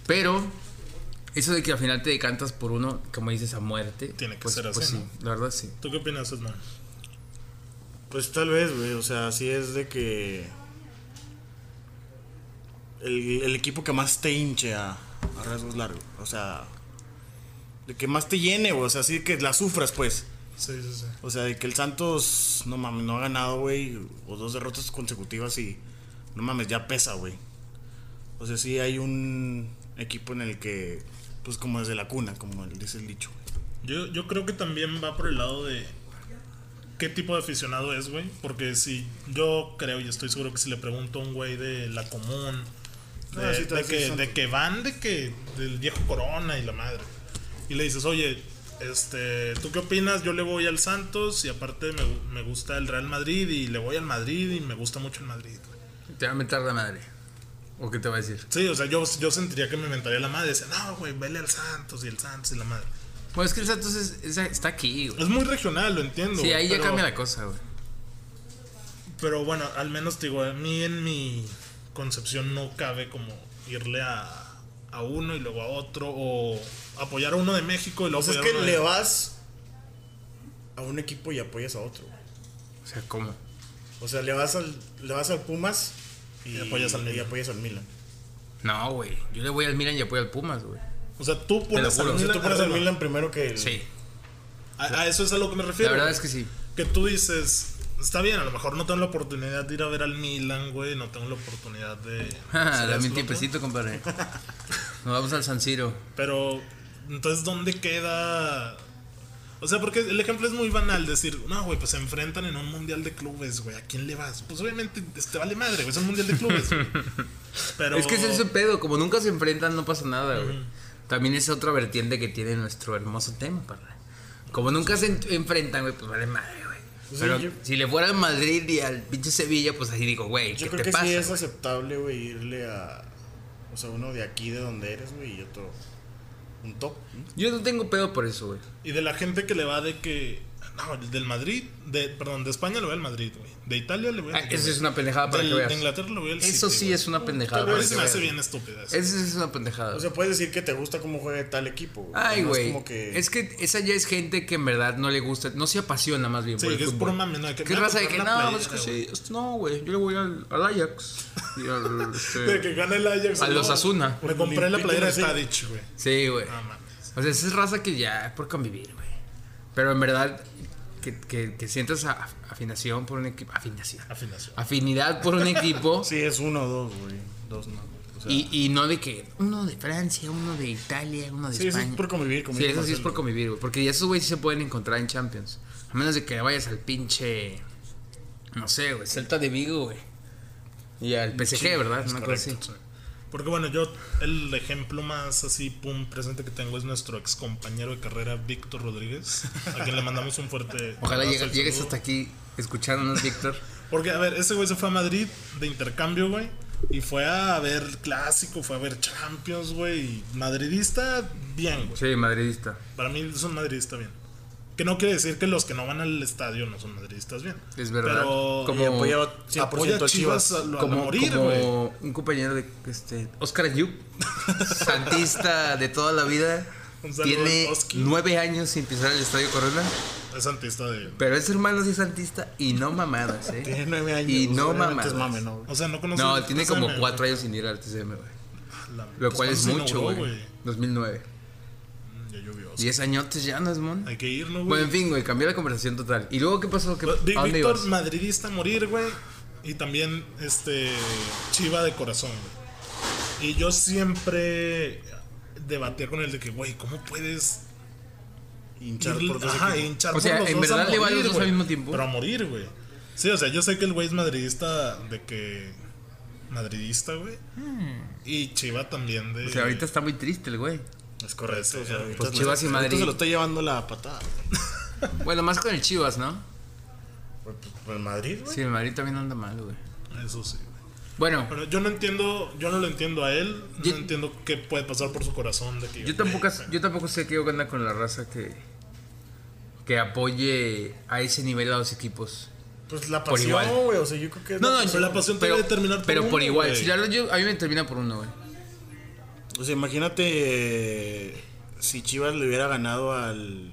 [SPEAKER 2] Pero eso de que al final te decantas por uno, como dices, a muerte.
[SPEAKER 1] Tiene que
[SPEAKER 2] pues-
[SPEAKER 1] ser
[SPEAKER 2] pues
[SPEAKER 1] así,
[SPEAKER 2] sí, la verdad sí.
[SPEAKER 1] ¿Tú qué opinas, Edmond?
[SPEAKER 3] Pues tal vez, güey. O sea, sí es de que. El, el equipo que más te hinche a, a rasgos largos. O sea. De que más te llene, güey. O sea, así que la sufras, pues.
[SPEAKER 1] Sí, sí, sí.
[SPEAKER 3] O sea, de que el Santos, no mames, no ha ganado, güey. O dos derrotas consecutivas y. No mames, ya pesa, güey. O sea, sí hay un equipo en el que. Pues como desde la cuna, como el- dice el dicho, güey.
[SPEAKER 1] Yo, yo creo que también va por el lado de qué tipo de aficionado es, güey. Porque si yo creo y estoy seguro que si le pregunto a un güey de la común, de,
[SPEAKER 3] Ah, sí, te
[SPEAKER 1] de
[SPEAKER 3] vas a decir
[SPEAKER 1] que,
[SPEAKER 3] Santos.
[SPEAKER 1] de que van, de que del viejo Corona y la madre. Y le dices, oye, este, ¿tú qué opinas? Yo le voy al Santos y aparte me, gu- me gusta el Real Madrid y le voy al Madrid y me gusta mucho el Madrid. güey".
[SPEAKER 2] Te va a meter la madre. ¿O qué te va a decir?
[SPEAKER 1] Sí, o sea, yo, yo sentiría que me inventaría la madre. Dice, no, güey, vele al Santos y el Santos y la madre.
[SPEAKER 2] Bueno, es que el Santos es- es- está aquí, güey.
[SPEAKER 1] Es muy regional, lo entiendo.
[SPEAKER 2] Sí,
[SPEAKER 1] güey,
[SPEAKER 2] ahí ya
[SPEAKER 1] pero-
[SPEAKER 2] cambia la cosa, güey.
[SPEAKER 1] Pero bueno, al menos te digo, a mí en mi concepción no cabe como irle a, a uno y luego a otro o apoyar a uno de México y luego
[SPEAKER 3] O sea, Pues es
[SPEAKER 1] apoyar
[SPEAKER 3] que
[SPEAKER 1] a uno
[SPEAKER 3] le
[SPEAKER 1] de-
[SPEAKER 3] vas a un equipo y apoyas a otro. güey.
[SPEAKER 2] O sea, ¿cómo?
[SPEAKER 3] O sea, le vas al, le vas al Pumas y,
[SPEAKER 1] Y apoyas al
[SPEAKER 3] y
[SPEAKER 1] Milan.
[SPEAKER 3] apoyas al Milan.
[SPEAKER 2] No, güey. Yo le voy al Milan y apoyo al Pumas, güey.
[SPEAKER 1] O sea, tú pones
[SPEAKER 2] juro,
[SPEAKER 1] al
[SPEAKER 2] o sea,
[SPEAKER 1] Milan.
[SPEAKER 3] Tú pones al
[SPEAKER 1] arriba.
[SPEAKER 3] Milan primero que el.
[SPEAKER 2] Sí.
[SPEAKER 1] A, a eso es a lo que me
[SPEAKER 2] La
[SPEAKER 1] refiero.
[SPEAKER 2] verdad
[SPEAKER 1] güey.
[SPEAKER 2] es que sí.
[SPEAKER 1] que tú dices, está bien, a lo mejor no tengo la oportunidad de ir a ver al Milan, güey, no tengo la oportunidad de...
[SPEAKER 2] Ah,
[SPEAKER 1] ¿Serás
[SPEAKER 2] Dame un
[SPEAKER 1] loco?
[SPEAKER 2] tiempecito, compadre. Nos vamos al San Siro.
[SPEAKER 1] Pero, entonces, ¿dónde queda...? O sea, porque el ejemplo es muy banal, decir, no, güey, pues se enfrentan en un mundial de clubes, güey, ¿a quién le vas? Pues obviamente te vale madre, güey, es un mundial de clubes. güey. Pero...
[SPEAKER 2] Es que es ese pedo. Como nunca se enfrentan, no pasa nada, güey. También es otra vertiente que tiene nuestro hermoso tema, parra. Como nunca se en- enfrentan, güey, pues vale madre, güey. Pero
[SPEAKER 3] yo-
[SPEAKER 2] si le fuera al Madrid y al pinche Sevilla, pues ahí digo, güey,
[SPEAKER 3] Yo
[SPEAKER 2] ¿qué
[SPEAKER 3] creo
[SPEAKER 2] te
[SPEAKER 3] que
[SPEAKER 2] pasa?
[SPEAKER 3] sí es
[SPEAKER 2] güey?
[SPEAKER 3] aceptable, güey, irle a, O sea, uno de aquí, de donde eres, güey, y otro. Un top. ¿no?
[SPEAKER 2] Yo no tengo pedo por eso, güey.
[SPEAKER 1] Y de la gente que le va de que. No, del Madrid. De, perdón, de España le voy al Madrid, güey. De Italia le voy al
[SPEAKER 2] Ah,
[SPEAKER 1] Madrid.
[SPEAKER 2] eso es una pendejada para
[SPEAKER 1] Del-
[SPEAKER 2] que
[SPEAKER 1] De
[SPEAKER 2] veas.
[SPEAKER 1] Inglaterra le voy al
[SPEAKER 2] Eso
[SPEAKER 1] City,
[SPEAKER 2] sí
[SPEAKER 1] güey.
[SPEAKER 2] es una pendejada
[SPEAKER 1] Pero
[SPEAKER 2] para
[SPEAKER 1] eso
[SPEAKER 2] que
[SPEAKER 1] se me hace
[SPEAKER 2] veas.
[SPEAKER 1] bien estúpida. eso.
[SPEAKER 2] Eso sí es una pendejada.
[SPEAKER 3] O sea, puedes decir que te gusta cómo juega tal equipo. güey.
[SPEAKER 2] Ay,
[SPEAKER 3] No
[SPEAKER 2] güey.
[SPEAKER 3] Es como que.
[SPEAKER 2] Es que esa ya es gente que en verdad no le gusta, no se apasiona más bien
[SPEAKER 1] Sí,
[SPEAKER 2] por el
[SPEAKER 1] que es
[SPEAKER 2] fútbol.
[SPEAKER 1] puro mame, ¿no? De que
[SPEAKER 2] ¿Qué
[SPEAKER 1] voy a
[SPEAKER 2] raza de que
[SPEAKER 1] comprar
[SPEAKER 2] no?
[SPEAKER 1] la
[SPEAKER 2] es que
[SPEAKER 1] playera,
[SPEAKER 2] sí, es- no, güey. Yo le voy al, al Ajax. y al, este,
[SPEAKER 1] De que gana el Ajax.
[SPEAKER 2] A
[SPEAKER 1] ¿no?
[SPEAKER 2] los Asuna.
[SPEAKER 1] Me compré la
[SPEAKER 3] Olympique
[SPEAKER 1] playera de
[SPEAKER 3] Marseille.
[SPEAKER 1] Tadic, güey.
[SPEAKER 2] Sí, güey.
[SPEAKER 1] No mames.
[SPEAKER 2] O sea, esa es raza que ya por convivir, güey. Pero en verdad, que, que, que sientas a- afinación por un equipo. Afinación.
[SPEAKER 1] Afinación.
[SPEAKER 2] Afinidad por un equipo.
[SPEAKER 3] Sí, es uno o dos, güey. Dos no. O sea,
[SPEAKER 2] y, y no de que uno de Francia, uno de Italia, uno de
[SPEAKER 3] sí, eso
[SPEAKER 2] España.
[SPEAKER 3] es por convivir.
[SPEAKER 2] Sí,
[SPEAKER 3] convivir
[SPEAKER 2] eso
[SPEAKER 3] con
[SPEAKER 2] sí es
[SPEAKER 3] el-
[SPEAKER 2] por convivir, güey. Porque ya esos güeyes sí se pueden encontrar en Champions. A menos de que vayas al pinche. No sé, güey. Celta de Vigo, güey. Y al PSG, ¿verdad?
[SPEAKER 3] es
[SPEAKER 2] Una cosa
[SPEAKER 3] correcto,
[SPEAKER 2] así.
[SPEAKER 1] Sí. Porque bueno, yo el ejemplo más así, pum, presente que tengo es nuestro ex compañero de carrera, Víctor Rodríguez, a quien le mandamos un fuerte...
[SPEAKER 2] Ojalá
[SPEAKER 1] abrazo,
[SPEAKER 2] llegue-
[SPEAKER 1] el
[SPEAKER 2] llegues
[SPEAKER 1] saludo.
[SPEAKER 2] hasta aquí escuchándonos, Víctor.
[SPEAKER 1] Porque, a ver, ese güey se fue a Madrid de intercambio, güey. Y fue a ver clásico, fue a ver Champions, güey. y Madridista, bien, güey.
[SPEAKER 2] Sí, madridista.
[SPEAKER 1] Para mí es un madridista bien. Que no quiere decir que los que no van al estadio no son madridistas bien.
[SPEAKER 2] Es verdad.
[SPEAKER 1] Pero
[SPEAKER 2] Como-
[SPEAKER 1] eh,
[SPEAKER 3] apoyaba
[SPEAKER 1] si
[SPEAKER 3] 100%
[SPEAKER 1] apoya a Chivas, a lo- a
[SPEAKER 2] Como,
[SPEAKER 1] morir, güey.
[SPEAKER 2] como un compañero de este, Oscar Ayub, santista de toda la vida.
[SPEAKER 1] Un saludo
[SPEAKER 2] Tiene
[SPEAKER 1] al Oski.
[SPEAKER 2] nueve años sin pisar el Estadio Corona.
[SPEAKER 1] Es santista de...
[SPEAKER 2] Pero es hermano sí es santista y no mamadas, ¿eh?
[SPEAKER 3] Tiene nueve años.
[SPEAKER 2] Y no
[SPEAKER 3] obviamente
[SPEAKER 2] mamadas.
[SPEAKER 3] es mame, ¿no? güey?
[SPEAKER 1] O sea, no conoce...
[SPEAKER 2] No, tiene como
[SPEAKER 1] SM,
[SPEAKER 2] cuatro años sin ir al TCM, güey.
[SPEAKER 1] güey. La-
[SPEAKER 2] Lo
[SPEAKER 1] pues,
[SPEAKER 2] cual es
[SPEAKER 1] ¿cuándo se
[SPEAKER 2] mucho,
[SPEAKER 1] inauguró,
[SPEAKER 2] güey. 2009.
[SPEAKER 1] Mm, Ya llovió. o sea,
[SPEAKER 2] 10 añotes ya, ¿no es mon?
[SPEAKER 1] Hay que ir, ¿no,
[SPEAKER 2] Bueno,
[SPEAKER 1] güey?
[SPEAKER 2] en fin, güey, cambió la conversación total. ¿Y luego qué pasó? ¿Qué,
[SPEAKER 1] Vi-
[SPEAKER 2] ¿A dónde
[SPEAKER 1] Víctor,
[SPEAKER 2] ibas?
[SPEAKER 1] madridista a morir, güey. Y también, este, Chiva de corazón, güey. Y yo siempre debatía con él de que, güey, ¿cómo puedes
[SPEAKER 3] Hinchar
[SPEAKER 1] ir-
[SPEAKER 3] por dos
[SPEAKER 1] ajá,
[SPEAKER 3] equipos.
[SPEAKER 1] hinchar
[SPEAKER 2] O
[SPEAKER 1] por
[SPEAKER 2] sea,
[SPEAKER 1] los
[SPEAKER 2] en
[SPEAKER 1] dos a
[SPEAKER 2] verdad le va a los
[SPEAKER 1] morir,
[SPEAKER 2] dos al
[SPEAKER 1] güey?
[SPEAKER 2] mismo tiempo.
[SPEAKER 1] Pero a morir, güey. Sí, o sea, yo sé que el güey es madridista de que... Madridista, güey. Y Chiva también de...
[SPEAKER 2] Hmm. O sea, ahorita está muy triste el güey.
[SPEAKER 3] Es correcto. O sea, ahorita
[SPEAKER 2] Pues
[SPEAKER 3] se-
[SPEAKER 2] Chivas y
[SPEAKER 3] ahorita
[SPEAKER 2] Madrid.
[SPEAKER 3] se lo está llevando la patada. güey.
[SPEAKER 2] Bueno, más con el Chivas, ¿no?
[SPEAKER 3] Por, por el Pues, Madrid, güey.
[SPEAKER 2] Sí, el Madrid también anda mal, güey.
[SPEAKER 1] Eso sí, güey.
[SPEAKER 2] Bueno,
[SPEAKER 1] Pero yo no entiendo, yo no lo entiendo a él,
[SPEAKER 2] Yo-
[SPEAKER 1] no entiendo qué puede pasar por su corazón de que Eh,
[SPEAKER 2] yo tampoco,
[SPEAKER 1] güey,
[SPEAKER 2] yo tampoco sé qué onda con la raza que, que apoye a ese nivel a los equipos.
[SPEAKER 3] Pues la
[SPEAKER 2] Por igual.
[SPEAKER 3] pasión, güey. O sea, yo creo que. es
[SPEAKER 2] No,
[SPEAKER 3] la
[SPEAKER 2] no,
[SPEAKER 1] Pero
[SPEAKER 2] yo-
[SPEAKER 3] pasión.
[SPEAKER 1] la pasión te
[SPEAKER 2] pero,
[SPEAKER 1] debe terminar por
[SPEAKER 2] Pero por
[SPEAKER 1] uno,
[SPEAKER 2] igual,
[SPEAKER 1] güey.
[SPEAKER 2] si ya- yo- a mí me termina por uno, güey.
[SPEAKER 3] O sea, imagínate eh, si Chivas le hubiera ganado al.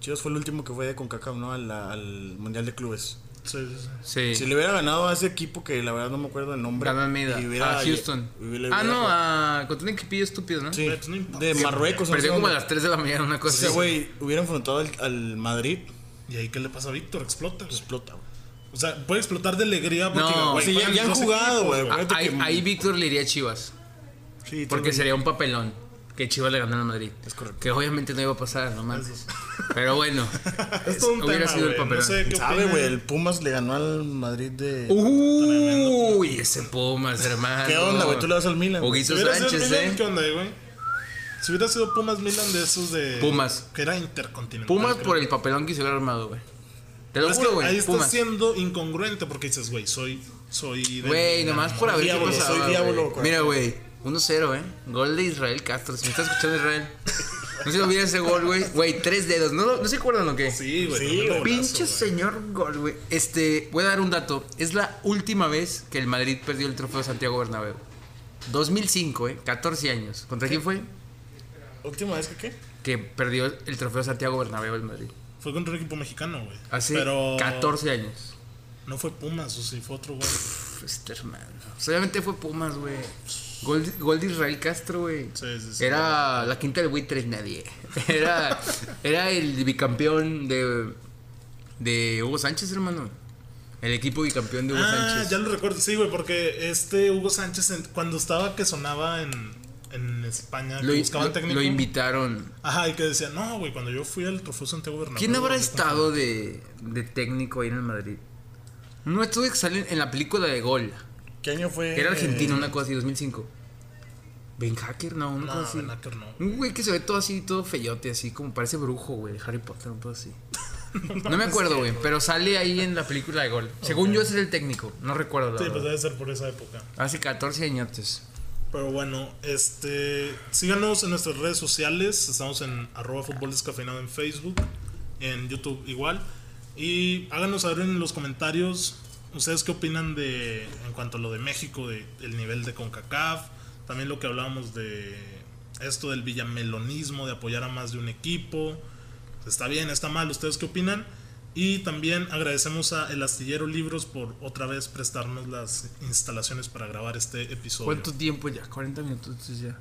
[SPEAKER 3] Chivas fue el último que fue de CONCACAF, ¿no? Al, al Mundial de Clubes.
[SPEAKER 1] Sí, sí, sí.
[SPEAKER 2] Sí.
[SPEAKER 3] Si le hubiera ganado a ese equipo que la verdad no me acuerdo el nombre.
[SPEAKER 2] Ganó Almeida.
[SPEAKER 3] y hubiera-
[SPEAKER 2] a Houston.
[SPEAKER 3] y hubiera-
[SPEAKER 2] ah, no,
[SPEAKER 3] hubiera-
[SPEAKER 2] a contra un equipillo estúpido, ¿no?
[SPEAKER 3] Sí,
[SPEAKER 1] Pues no importa.
[SPEAKER 3] de Marruecos. no sé
[SPEAKER 2] Perdió como a
[SPEAKER 3] dónde.
[SPEAKER 2] las 3 de la mañana, una
[SPEAKER 3] O
[SPEAKER 2] cosa
[SPEAKER 3] sea,
[SPEAKER 2] así.
[SPEAKER 3] güey, hubiera enfrentado al, al Madrid, pues,
[SPEAKER 1] ¿Y ahí qué le pasa a Víctor? Explota. güey.
[SPEAKER 3] explota, güey.
[SPEAKER 1] O sea, puede explotar de alegría porque
[SPEAKER 2] No,
[SPEAKER 1] güey,
[SPEAKER 3] sí, ya-
[SPEAKER 1] juegan
[SPEAKER 3] ya han
[SPEAKER 1] dos
[SPEAKER 3] jugado,
[SPEAKER 1] equipos,
[SPEAKER 3] güey.
[SPEAKER 2] Ah,
[SPEAKER 3] Fíjate
[SPEAKER 2] Ahí,
[SPEAKER 3] que-
[SPEAKER 2] ahí Víctor le iría a Chivas. Porque
[SPEAKER 3] Sí, también.
[SPEAKER 2] sería un papelón que Chivas le ganara a Madrid.
[SPEAKER 3] Es correcto.
[SPEAKER 2] Que obviamente no iba a pasar, no mames. Pero bueno,
[SPEAKER 1] Es todo un
[SPEAKER 2] hubiera
[SPEAKER 1] tema,
[SPEAKER 2] sido el
[SPEAKER 1] güey,
[SPEAKER 2] papelón.
[SPEAKER 1] No sé qué
[SPEAKER 3] ¿Sabe,
[SPEAKER 1] opinan.
[SPEAKER 3] güey? El Pumas le ganó al Madrid de.
[SPEAKER 2] Uy, ese Pumas, hermano.
[SPEAKER 3] ¿Qué onda, güey? Tú le vas al Milan. güey.
[SPEAKER 1] Si
[SPEAKER 2] Huguito
[SPEAKER 1] hubiera sido el
[SPEAKER 2] Sánchez,
[SPEAKER 1] Milan,
[SPEAKER 2] ¿eh?
[SPEAKER 1] ¿qué onda, güey? Si hubiera sido Pumas Milan de esos de.
[SPEAKER 2] Pumas.
[SPEAKER 1] Que era intercontinental.
[SPEAKER 2] Pumas
[SPEAKER 1] creo.
[SPEAKER 2] por el papelón que se hubiera armado, güey. Te lo
[SPEAKER 1] Es que
[SPEAKER 2] juro,
[SPEAKER 1] Ahí
[SPEAKER 2] güey.
[SPEAKER 1] estás
[SPEAKER 2] Pumas.
[SPEAKER 1] siendo incongruente porque dices, güey, soy. soy de-
[SPEAKER 2] Güey, nomás por haber
[SPEAKER 3] diablo,
[SPEAKER 2] qué pasaba,
[SPEAKER 3] soy
[SPEAKER 2] güey.
[SPEAKER 3] diablo, cuarenta.
[SPEAKER 2] Mira, güey, 1-0, ¿eh? Gol de Israel Castro. Si me estás escuchando, Israel. No se olvide ese gol, güey. Güey, tres dedos. ¿No, lo- no se acuerdan o qué?
[SPEAKER 1] Sí, güey.
[SPEAKER 3] Sí,
[SPEAKER 1] tremendo
[SPEAKER 3] güey.
[SPEAKER 1] golazo,
[SPEAKER 2] Pinche
[SPEAKER 1] güey.
[SPEAKER 2] señor gol, güey. Este, voy a dar un dato. Es la última vez que el Madrid perdió el trofeo Santiago Bernabéu. 2005, ¿eh? 14 años. ¿Contra quién fue?
[SPEAKER 3] ¿Última vez que qué?
[SPEAKER 2] Que perdió el trofeo Santiago Bernabéu el Madrid.
[SPEAKER 1] Fue contra un equipo mexicano, güey.
[SPEAKER 2] Hace
[SPEAKER 1] Pero
[SPEAKER 2] 14 años.
[SPEAKER 1] No fue Pumas, o sí, fue otro, güey.
[SPEAKER 2] Pff, Este hermano. Obviamente fue Pumas, güey. Gol, de- gol de Israel Castro, güey.
[SPEAKER 1] Sí, sí, sí.
[SPEAKER 2] Era la quinta del buitre nadie. Era, era el bicampeón de, de Hugo Sánchez, hermano. El equipo bicampeón de Hugo
[SPEAKER 1] ah,
[SPEAKER 2] Sánchez.
[SPEAKER 1] ya lo recuerdo. Sí, güey, porque este Hugo Sánchez, en- cuando estaba que sonaba en, en España,
[SPEAKER 2] Lo,
[SPEAKER 1] que buscaban
[SPEAKER 2] lo-
[SPEAKER 1] técnico.
[SPEAKER 2] lo invitaron.
[SPEAKER 1] Ajá, y que decía, no, güey, cuando yo fui al Trofeo Santiago Bernabéu.
[SPEAKER 2] ¿Quién habrá
[SPEAKER 1] güey,
[SPEAKER 2] estado de, de técnico ahí en el Madrid? No estuve que salen en la película de Gol.
[SPEAKER 3] ¿Qué año fue?
[SPEAKER 2] Era argentino,
[SPEAKER 3] eh,
[SPEAKER 2] una cosa así, 2005. Ben Hacker, no, una
[SPEAKER 1] No,
[SPEAKER 2] cosa así.
[SPEAKER 1] Ben Hacker no.
[SPEAKER 2] Un güey que se ve todo así, todo feyote, así como parece brujo, güey. Harry Potter, un todo así. No me acuerdo, güey, pero sale ahí en la película de Gol. Según yo, ese es el técnico. No recuerdo, la
[SPEAKER 1] Sí, pues
[SPEAKER 2] verdad.
[SPEAKER 1] debe ser por esa época.
[SPEAKER 2] Hace 14 añotes.
[SPEAKER 1] Pero bueno, este síganos en nuestras redes sociales. Estamos en arroba fútbol descafeinado en Facebook, en YouTube igual. Y háganos saber en los comentarios ustedes qué opinan de en cuanto a lo de México, de, el nivel de CONCACAF, también lo que hablábamos de esto del villamelonismo, de apoyar a más de un equipo. Está bien, está mal, ustedes qué opinan. Y también agradecemos a El Astillero Libros por otra vez prestarnos las instalaciones para grabar este episodio.
[SPEAKER 2] ¿Cuánto tiempo ya? 40 minutos entonces ya.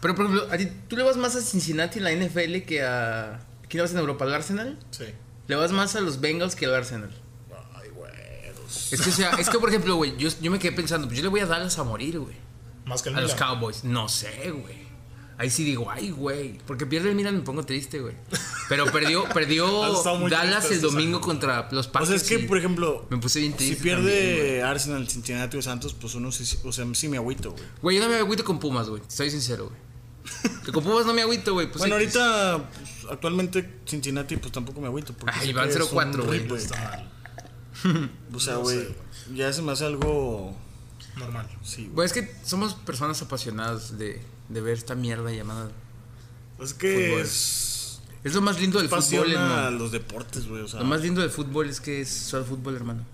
[SPEAKER 2] Pero por ejemplo, ¿a ti- ¿tú le vas más a Cincinnati en la NFL que a... ¿Quién le vas en Europa? ¿Al Arsenal?
[SPEAKER 1] Sí.
[SPEAKER 2] Le vas más a los Bengals que al Arsenal.
[SPEAKER 3] Ay, güey.
[SPEAKER 2] Es que, o sea, es que por ejemplo, güey, yo, yo me quedé pensando, pues yo le voy a Dallas a morir, güey.
[SPEAKER 1] Más que el
[SPEAKER 2] A los
[SPEAKER 1] Milan.
[SPEAKER 2] Cowboys. No sé, güey. Ahí sí digo, ay, güey. Porque pierde el Milan me pongo triste, güey. Pero perdió, perdió
[SPEAKER 1] Has estado muy
[SPEAKER 2] Dallas
[SPEAKER 1] triste
[SPEAKER 2] el
[SPEAKER 1] estos
[SPEAKER 2] domingo
[SPEAKER 1] años.
[SPEAKER 2] contra los
[SPEAKER 3] O
[SPEAKER 2] Packers.
[SPEAKER 3] sea, es que,
[SPEAKER 2] y
[SPEAKER 3] por ejemplo,
[SPEAKER 2] me puse bien
[SPEAKER 3] si
[SPEAKER 2] triste. también, güey.
[SPEAKER 3] pierde Arsenal, Cincinnati o Santos, pues uno sí, o sea, sí me agüito, güey.
[SPEAKER 2] Güey, yo no me agüito con Pumas, güey. Soy sincero, güey. Que con Pumas no me agüito, güey. Pues
[SPEAKER 3] bueno,
[SPEAKER 2] X.
[SPEAKER 3] ahorita, pues, actualmente Cincinnati, pues tampoco me agüito. Porque
[SPEAKER 2] Ay,
[SPEAKER 3] sé
[SPEAKER 2] van
[SPEAKER 3] que es un
[SPEAKER 2] 0-4, güey.
[SPEAKER 3] rip,
[SPEAKER 1] Está mal.
[SPEAKER 3] O sea,
[SPEAKER 1] No sé,
[SPEAKER 3] güey, ya se me hace algo.
[SPEAKER 1] Normal.
[SPEAKER 3] Sí, güey.
[SPEAKER 2] Güey, es que somos personas apasionadas de, de ver esta mierda llamada.
[SPEAKER 3] Es que
[SPEAKER 2] Fútbol.
[SPEAKER 3] es.
[SPEAKER 2] Es lo más lindo del fútbol,
[SPEAKER 3] Pasiona a
[SPEAKER 2] hermano.
[SPEAKER 3] los deportes, güey. O sea,
[SPEAKER 2] Lo más lindo del fútbol es que es solo fútbol, hermano.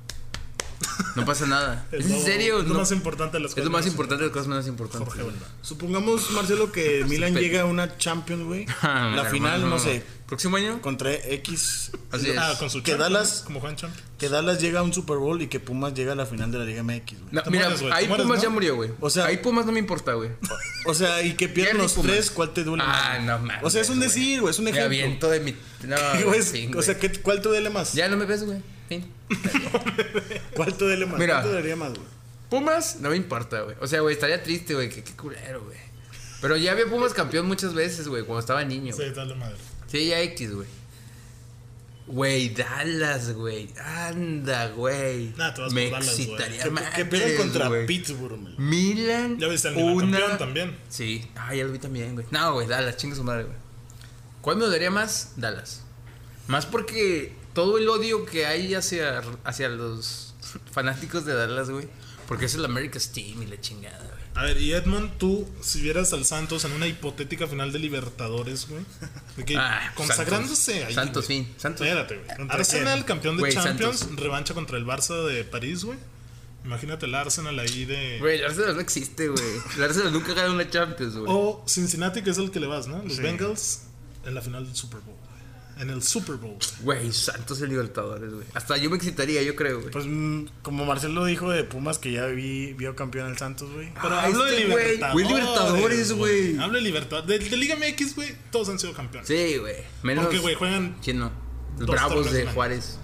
[SPEAKER 2] No pasa nada.
[SPEAKER 1] Es
[SPEAKER 2] ¿Es
[SPEAKER 1] lo-
[SPEAKER 2] en serio?
[SPEAKER 1] Es lo
[SPEAKER 2] no.
[SPEAKER 1] más importante de las
[SPEAKER 2] Es lo más
[SPEAKER 1] cosas.
[SPEAKER 2] importante de las cosas menos importantes.
[SPEAKER 1] Jorge Valdano.
[SPEAKER 3] supongamos, Marcelo, que Milan
[SPEAKER 2] pe-
[SPEAKER 3] llega a una Champions, güey.
[SPEAKER 2] Ah,
[SPEAKER 3] la
[SPEAKER 2] hermano,
[SPEAKER 3] final, no sé,
[SPEAKER 2] ¿Próximo año?
[SPEAKER 3] contra X.
[SPEAKER 2] Así es.
[SPEAKER 1] Ah, con su
[SPEAKER 3] Que
[SPEAKER 1] Champions,
[SPEAKER 3] Dallas-
[SPEAKER 1] Como Juan Champ.
[SPEAKER 3] Que Dallas llega a un Super Bowl y que Pumas llega a la final de la Liga MX, güey.
[SPEAKER 2] No,
[SPEAKER 1] te
[SPEAKER 2] mira,
[SPEAKER 1] mueres, güey, te
[SPEAKER 2] ahí
[SPEAKER 1] mueres,
[SPEAKER 2] Pumas
[SPEAKER 1] ¿no?
[SPEAKER 2] ya murió, güey.
[SPEAKER 3] O sea-
[SPEAKER 2] ahí Pumas no me importa, güey.
[SPEAKER 3] O sea, y que pierden
[SPEAKER 2] Pierde
[SPEAKER 3] los
[SPEAKER 2] Pumas.
[SPEAKER 3] tres, ¿cuál te duele?
[SPEAKER 2] Ah,
[SPEAKER 3] más?
[SPEAKER 2] no mames.
[SPEAKER 3] O sea, es un decir, güey, es un
[SPEAKER 2] Me
[SPEAKER 3] ejemplo.
[SPEAKER 2] aviento de mi. No,
[SPEAKER 3] Güey, es-
[SPEAKER 2] sí,
[SPEAKER 3] o
[SPEAKER 2] güey.
[SPEAKER 3] sea, ¿qué- ¿cuál te duele más?
[SPEAKER 2] Ya no me ves, güey. Fin.
[SPEAKER 3] ¿Cuál te duele más?
[SPEAKER 2] Mira.
[SPEAKER 3] ¿Cuál te dolería más, güey?
[SPEAKER 2] Pumas, no me importa, güey. O sea, güey, estaría triste, güey. Que qué culero, güey. Pero ya vi a Pumas campeón muchas veces, güey, cuando estaba niño.
[SPEAKER 1] Sí,
[SPEAKER 2] güey.
[SPEAKER 1] dale madre.
[SPEAKER 2] Sí, ya X, güey. Güey, Dallas, güey. Anda, güey.
[SPEAKER 1] Nah, te vas
[SPEAKER 2] me
[SPEAKER 1] por Dallas, güey.
[SPEAKER 2] excitaría
[SPEAKER 3] Que,
[SPEAKER 2] más,
[SPEAKER 3] que pierdan contra
[SPEAKER 2] güey.
[SPEAKER 3] Pittsburgh, Ah, güey.
[SPEAKER 2] Milan.
[SPEAKER 1] Ya viste al Milan
[SPEAKER 2] una-
[SPEAKER 1] campeón también.
[SPEAKER 2] Sí. Ah, ya lo vi también, güey. No, güey, Dallas, chinga su madre, güey. ¿Cuál me dolería más? Dallas. Más porque todo el odio que hay hacia, hacia los fanáticos de Dallas, güey. Porque es el America's Team y la chingada, güey.
[SPEAKER 1] A ver, y Edmond, tú, si vieras al Santos en una hipotética final de Libertadores, güey. de que
[SPEAKER 2] Ah,
[SPEAKER 1] consagrándose
[SPEAKER 2] Santos.
[SPEAKER 1] ahí.
[SPEAKER 2] Santos,
[SPEAKER 1] güey.
[SPEAKER 2] fin. Santos.
[SPEAKER 1] Espérate, güey.
[SPEAKER 3] ¿Contra
[SPEAKER 1] Arsenal,
[SPEAKER 3] quién?
[SPEAKER 1] campeón de
[SPEAKER 2] Güey,
[SPEAKER 1] Champions,
[SPEAKER 2] Santos.
[SPEAKER 1] revancha contra el Barça de París, güey. Imagínate el Arsenal ahí de.
[SPEAKER 2] Güey, el Arsenal no existe, güey. El Arsenal nunca gana una Champions, güey.
[SPEAKER 1] O Cincinnati, que es el que le vas, ¿no? Los
[SPEAKER 3] Sí.
[SPEAKER 1] Bengals en la final del Super Bowl. güey. En el Super Bowl. güey.
[SPEAKER 2] Güey, Santos el Libertadores, güey. Hasta yo me excitaría, yo creo, güey.
[SPEAKER 3] Pues mm, como Marcelo dijo de Pumas que ya vi, vio campeón al Santos, güey.
[SPEAKER 1] Pero
[SPEAKER 2] Ah,
[SPEAKER 1] hablo
[SPEAKER 2] este
[SPEAKER 1] de
[SPEAKER 2] güey.
[SPEAKER 1] Libertadores.
[SPEAKER 2] Güey, Libertadores, güey.
[SPEAKER 1] Hablo de Libertadores. De, de Liga MX, güey, todos han sido campeones.
[SPEAKER 2] Sí, güey. Menos.
[SPEAKER 1] Porque, güey, juegan.
[SPEAKER 2] ¿Quién no? Los
[SPEAKER 1] Dos
[SPEAKER 2] Bravos
[SPEAKER 1] torneos
[SPEAKER 2] de
[SPEAKER 1] al año.
[SPEAKER 2] Juárez.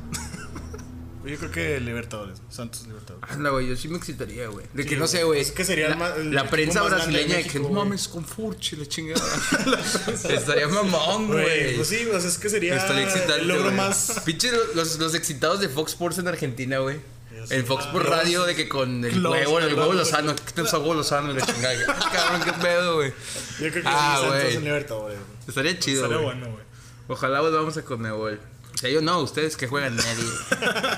[SPEAKER 3] Yo creo que Libertadores, Santos Libertadores.
[SPEAKER 2] Anda, güey, yo sí me excitaría, güey. De que
[SPEAKER 3] Sí,
[SPEAKER 2] no sé, güey.
[SPEAKER 3] es que sería el
[SPEAKER 2] la,
[SPEAKER 3] más- el
[SPEAKER 2] la
[SPEAKER 3] equipo
[SPEAKER 2] prensa
[SPEAKER 3] más grande de
[SPEAKER 2] brasileña de que
[SPEAKER 3] México,
[SPEAKER 2] no
[SPEAKER 3] güey.
[SPEAKER 2] mames con Furchi, la chingada. Estaría mamón,
[SPEAKER 3] Güey,
[SPEAKER 2] güey.
[SPEAKER 3] pues sí, o sea, es que sería
[SPEAKER 2] Estaría excitante,
[SPEAKER 3] el logro
[SPEAKER 2] güey.
[SPEAKER 3] más...
[SPEAKER 2] Pinche los, los excitados de Fox Sports en Argentina, güey.
[SPEAKER 1] Ya sé.
[SPEAKER 2] En Fox
[SPEAKER 1] Ah,
[SPEAKER 2] Sports
[SPEAKER 1] los-
[SPEAKER 2] Radio de que con el
[SPEAKER 1] los-
[SPEAKER 2] huevo, el huevo
[SPEAKER 1] los-
[SPEAKER 2] lozano. ¿Qué te gusta huevo lozano? y La chingada. Ah, Cabrón, qué pedo, güey.
[SPEAKER 3] Yo creo que
[SPEAKER 2] Ah,
[SPEAKER 3] sí, Santos
[SPEAKER 2] güey.
[SPEAKER 3] en Libertadores, güey.
[SPEAKER 2] Estaría chido,
[SPEAKER 1] Sería
[SPEAKER 2] güey.
[SPEAKER 1] bueno, güey.
[SPEAKER 2] Ojalá volvamos a Conmebol. O sea, yo no, ustedes que juegan nadie.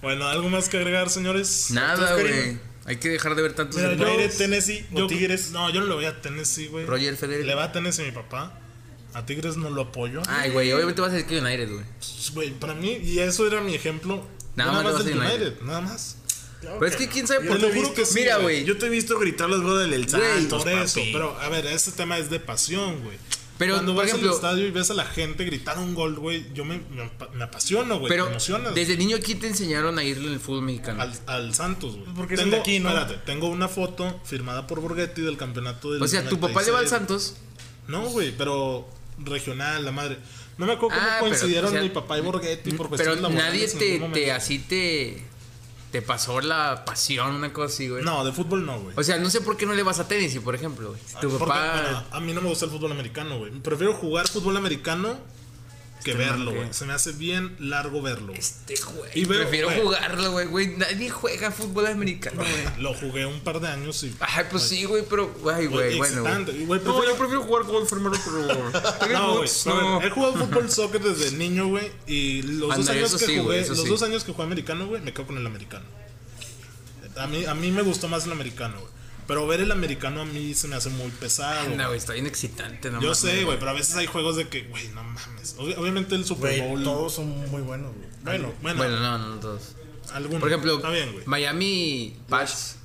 [SPEAKER 1] Bueno, ¿algo más que agregar, señores?
[SPEAKER 2] Nada,
[SPEAKER 3] Karim?
[SPEAKER 2] güey. Hay que dejar de ver tantos
[SPEAKER 1] Mira,
[SPEAKER 3] ¿Va
[SPEAKER 2] deportes.
[SPEAKER 3] a ir
[SPEAKER 1] yo-
[SPEAKER 3] a Tennessee o
[SPEAKER 1] Yo-
[SPEAKER 3] Tigres?
[SPEAKER 1] No, yo no lo voy a Tennessee, güey.
[SPEAKER 2] Roger Federer.
[SPEAKER 1] Le va a Tennessee mi papá. A Tigres no lo apoyo. Pues,
[SPEAKER 2] Ay, güey, obviamente vas a decir que United, güey.
[SPEAKER 1] Güey, para mí, y eso era mi ejemplo.
[SPEAKER 2] Nada más le vas
[SPEAKER 1] del
[SPEAKER 2] a United.
[SPEAKER 1] Nada más.
[SPEAKER 3] Pues
[SPEAKER 2] Pero es que quién sabe
[SPEAKER 1] Yo
[SPEAKER 2] por
[SPEAKER 1] te
[SPEAKER 2] qué.
[SPEAKER 1] juro que sí,
[SPEAKER 2] Mira,
[SPEAKER 1] güey.
[SPEAKER 2] güey.
[SPEAKER 3] Yo te he visto gritar los goles del Santos,
[SPEAKER 1] Por eso,
[SPEAKER 3] papi.
[SPEAKER 1] pero a ver,
[SPEAKER 2] este
[SPEAKER 1] ese tema es de pasión, güey.
[SPEAKER 2] Pero,
[SPEAKER 1] Cuando
[SPEAKER 2] por
[SPEAKER 1] vas
[SPEAKER 2] ejemplo-
[SPEAKER 1] al estadio y ves a la gente gritar un gol, güey, yo me, me, apa- me apasiono, güey.
[SPEAKER 2] Pero
[SPEAKER 1] me emocionas.
[SPEAKER 2] desde niño aquí te enseñaron a irle en el fútbol mexicano.
[SPEAKER 1] Al, al Santos, güey.
[SPEAKER 3] Porque son
[SPEAKER 1] tengo,
[SPEAKER 3] de aquí, ¿no?
[SPEAKER 1] espérate, tengo una foto firmada por Borghetti del campeonato del
[SPEAKER 2] O sea, tu papá le va al
[SPEAKER 1] 96.
[SPEAKER 2] Santos.
[SPEAKER 1] No, güey, pero regional, la madre. No me acuerdo cómo
[SPEAKER 2] Ah, pero,
[SPEAKER 1] coincidieron
[SPEAKER 2] o sea,
[SPEAKER 1] mi papá y Borghetti por
[SPEAKER 2] Pero
[SPEAKER 1] Eh, cuestiones
[SPEAKER 2] nadie
[SPEAKER 1] laborales en
[SPEAKER 2] te,
[SPEAKER 1] algún
[SPEAKER 2] te-
[SPEAKER 1] momento.
[SPEAKER 2] así te, te pasó la pasión, una cosa así, güey.
[SPEAKER 1] No, de fútbol no, güey.
[SPEAKER 2] O sea, no sé por qué no le vas a tenis, por ejemplo, güey. Si tu
[SPEAKER 1] Porque,
[SPEAKER 2] papá.
[SPEAKER 1] bueno, a mí no me gusta el fútbol americano, güey. Prefiero jugar fútbol americano que verlo,
[SPEAKER 2] mamón,
[SPEAKER 1] güey.
[SPEAKER 2] güey.
[SPEAKER 1] Se me hace bien largo verlo.
[SPEAKER 2] Este,
[SPEAKER 1] Y
[SPEAKER 2] güey.
[SPEAKER 1] veo,
[SPEAKER 2] Prefiero
[SPEAKER 1] güey.
[SPEAKER 2] jugarlo, güey, güey. Nadie juega fútbol americano, güey.
[SPEAKER 1] Lo jugué un par de años y.
[SPEAKER 2] Ay, pues sí, güey, pero. Ay, güey, bueno. güey.
[SPEAKER 1] excitante. Pues, Güey,
[SPEAKER 2] No,
[SPEAKER 1] prefiero-
[SPEAKER 2] yo prefiero jugar golf, hermano, pero.
[SPEAKER 1] No, güey.
[SPEAKER 2] Xbox,
[SPEAKER 1] a ver,
[SPEAKER 2] Ah, no.
[SPEAKER 1] He jugado fútbol soccer desde niño, güey. Y los dos
[SPEAKER 2] Ándale,
[SPEAKER 1] años
[SPEAKER 2] eso
[SPEAKER 1] que
[SPEAKER 2] sí, güey,
[SPEAKER 1] jugué,
[SPEAKER 2] eso
[SPEAKER 1] los
[SPEAKER 2] sí.
[SPEAKER 1] dos años que jugué americano, güey, me quedo con el americano. A mí, a mí me gustó más el americano, güey. Pero ver el americano a mí se me hace muy pesado.
[SPEAKER 2] Anda, güey, está bien excitante, no
[SPEAKER 1] Yo
[SPEAKER 2] mames,
[SPEAKER 1] sé, güey, pero a veces hay juegos de que, güey, no mames. Ob- obviamente el Super Bowl.
[SPEAKER 3] Güey, todos son muy buenos, güey.
[SPEAKER 1] Bueno, bueno,
[SPEAKER 2] Bueno, no, no, no todos.
[SPEAKER 1] algunos.
[SPEAKER 2] Por ejemplo,
[SPEAKER 1] Está bien, güey.
[SPEAKER 2] Miami Pats.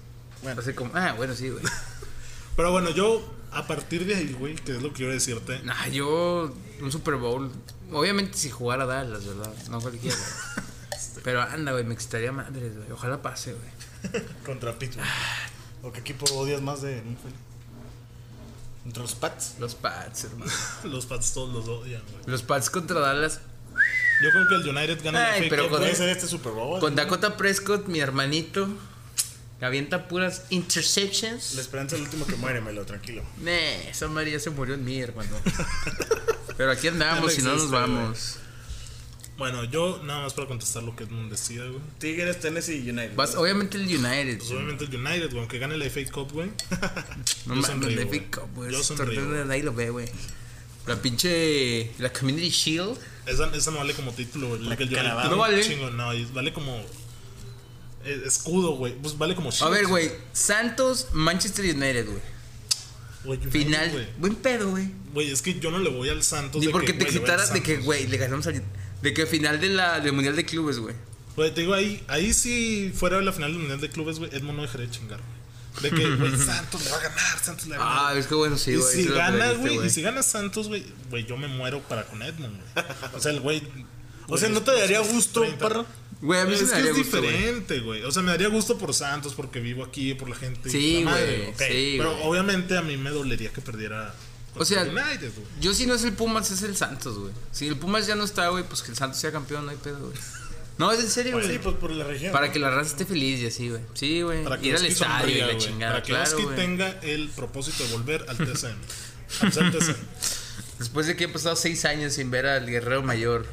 [SPEAKER 3] Bueno.
[SPEAKER 2] Así como, ah, bueno, sí, güey.
[SPEAKER 1] Pero bueno, yo, a partir de ahí, güey, que es lo que quiero decirte.
[SPEAKER 2] Nah, yo, un Super Bowl. Obviamente si jugara Dallas, ¿verdad? No cualquiera. Pero anda, güey, me excitaría madres, güey. Ojalá pase, güey.
[SPEAKER 3] Contra Pittsburgh. ¿O qué equipo odias más de NFL? ¿Contra los Pats?
[SPEAKER 2] Los Pats, hermano.
[SPEAKER 1] Los Pats todos los odian, güey.
[SPEAKER 2] Los Pats contra Dallas.
[SPEAKER 1] Yo creo que el United gana
[SPEAKER 2] Ay,
[SPEAKER 1] la
[SPEAKER 2] pero
[SPEAKER 1] FA Cup,
[SPEAKER 2] con-
[SPEAKER 1] güey.
[SPEAKER 3] Puede ser este Super Bowl.
[SPEAKER 2] Con Dakota Prescott, mi hermanito. Que avienta puras interceptions.
[SPEAKER 3] La esperanza es el último que muere, Melo, tranquilo.
[SPEAKER 2] Nah, esa madre ya se murió en mí, hermano. Pero aquí andamos
[SPEAKER 1] Ya
[SPEAKER 2] y
[SPEAKER 1] no
[SPEAKER 2] no nos
[SPEAKER 1] existe,
[SPEAKER 2] vamos.
[SPEAKER 1] Bueno, yo nada más para contestar lo que Edmund decía, güey.
[SPEAKER 3] Tigres, Tennessee y United.
[SPEAKER 2] Vas, obviamente el United.
[SPEAKER 1] Pues obviamente el United, güey, aunque gane la FA Cup, güey.
[SPEAKER 2] No
[SPEAKER 1] yo
[SPEAKER 2] mames,
[SPEAKER 1] sonrío,
[SPEAKER 2] de
[SPEAKER 1] güey.
[SPEAKER 2] Big Cup, güey.
[SPEAKER 1] Yo
[SPEAKER 2] Ese
[SPEAKER 1] sonrío,
[SPEAKER 2] pues, torneo
[SPEAKER 1] güey.
[SPEAKER 2] nadie lo ve, güey. La pinche. La Community Shield.
[SPEAKER 1] Esa, esa no vale como título, güey. Porque el United
[SPEAKER 3] caravana.
[SPEAKER 1] tiene
[SPEAKER 2] No
[SPEAKER 1] un
[SPEAKER 2] vale.
[SPEAKER 1] chingo, no, y vale como eh, escudo, güey. Pues vale como
[SPEAKER 2] A
[SPEAKER 1] shield,
[SPEAKER 2] ver, güey. Santos, Manchester United, güey.
[SPEAKER 1] güey, United, güey.
[SPEAKER 2] Final. Buen pedo, güey.
[SPEAKER 1] Güey, es que yo no le voy al Santos.
[SPEAKER 2] Ni
[SPEAKER 1] de
[SPEAKER 2] porque
[SPEAKER 1] que,
[SPEAKER 2] te
[SPEAKER 1] güey, le voy al
[SPEAKER 2] quitaras de que,
[SPEAKER 1] Santos.
[SPEAKER 2] güey, le ganamos al. De que final de la, del Mundial de Clubes, güey.
[SPEAKER 1] Güey, Pues, te digo, ahí, ahí sí fuera de la final del Mundial de Clubes, güey, Edmond no dejaría de chingar, güey. De que, güey, Santos le va a ganar, Santos le va a ganar.
[SPEAKER 2] Ah, es que bueno, sí,
[SPEAKER 1] y
[SPEAKER 2] güey.
[SPEAKER 1] si
[SPEAKER 2] sí lo
[SPEAKER 1] gana,
[SPEAKER 2] perdiste,
[SPEAKER 1] güey, y si gana Santos, güey, güey, yo me muero para con Edmond, güey. O sea, el güey.
[SPEAKER 3] O sea, ¿no te daría gusto,
[SPEAKER 1] 30.
[SPEAKER 3] parro?
[SPEAKER 2] Güey, a mí
[SPEAKER 1] es
[SPEAKER 2] sí me
[SPEAKER 1] que
[SPEAKER 2] daría
[SPEAKER 1] es
[SPEAKER 2] gusto, güey.
[SPEAKER 1] diferente, güey. O sea, me daría gusto por Santos porque vivo aquí, por la gente. y
[SPEAKER 2] Sí,
[SPEAKER 1] la madre,
[SPEAKER 2] güey,
[SPEAKER 1] ok.
[SPEAKER 2] sí,
[SPEAKER 1] Pero
[SPEAKER 2] güey.
[SPEAKER 1] obviamente a mí me dolería que perdiera.
[SPEAKER 2] O sea,
[SPEAKER 1] contra United, güey.
[SPEAKER 2] Yo si no es el Pumas, es el Santos, güey. Si el Pumas ya no está, güey, pues que el Santos sea campeón, no hay pedo, güey. No, es en serio,
[SPEAKER 3] Sí,
[SPEAKER 2] güey.
[SPEAKER 3] pues por la región.
[SPEAKER 2] Para que la raza esté feliz y así, güey. Sí, güey.
[SPEAKER 1] Para que
[SPEAKER 2] Ir al
[SPEAKER 1] Oski
[SPEAKER 2] estadio y
[SPEAKER 1] sonría,
[SPEAKER 2] la
[SPEAKER 1] güey.
[SPEAKER 2] chingada,
[SPEAKER 1] Para que
[SPEAKER 2] claro,
[SPEAKER 1] Oski
[SPEAKER 2] güey.
[SPEAKER 1] tenga el propósito de volver al TCM. Al ser TCM.
[SPEAKER 2] Después de que he pasado seis años sin ver al guerrero mayor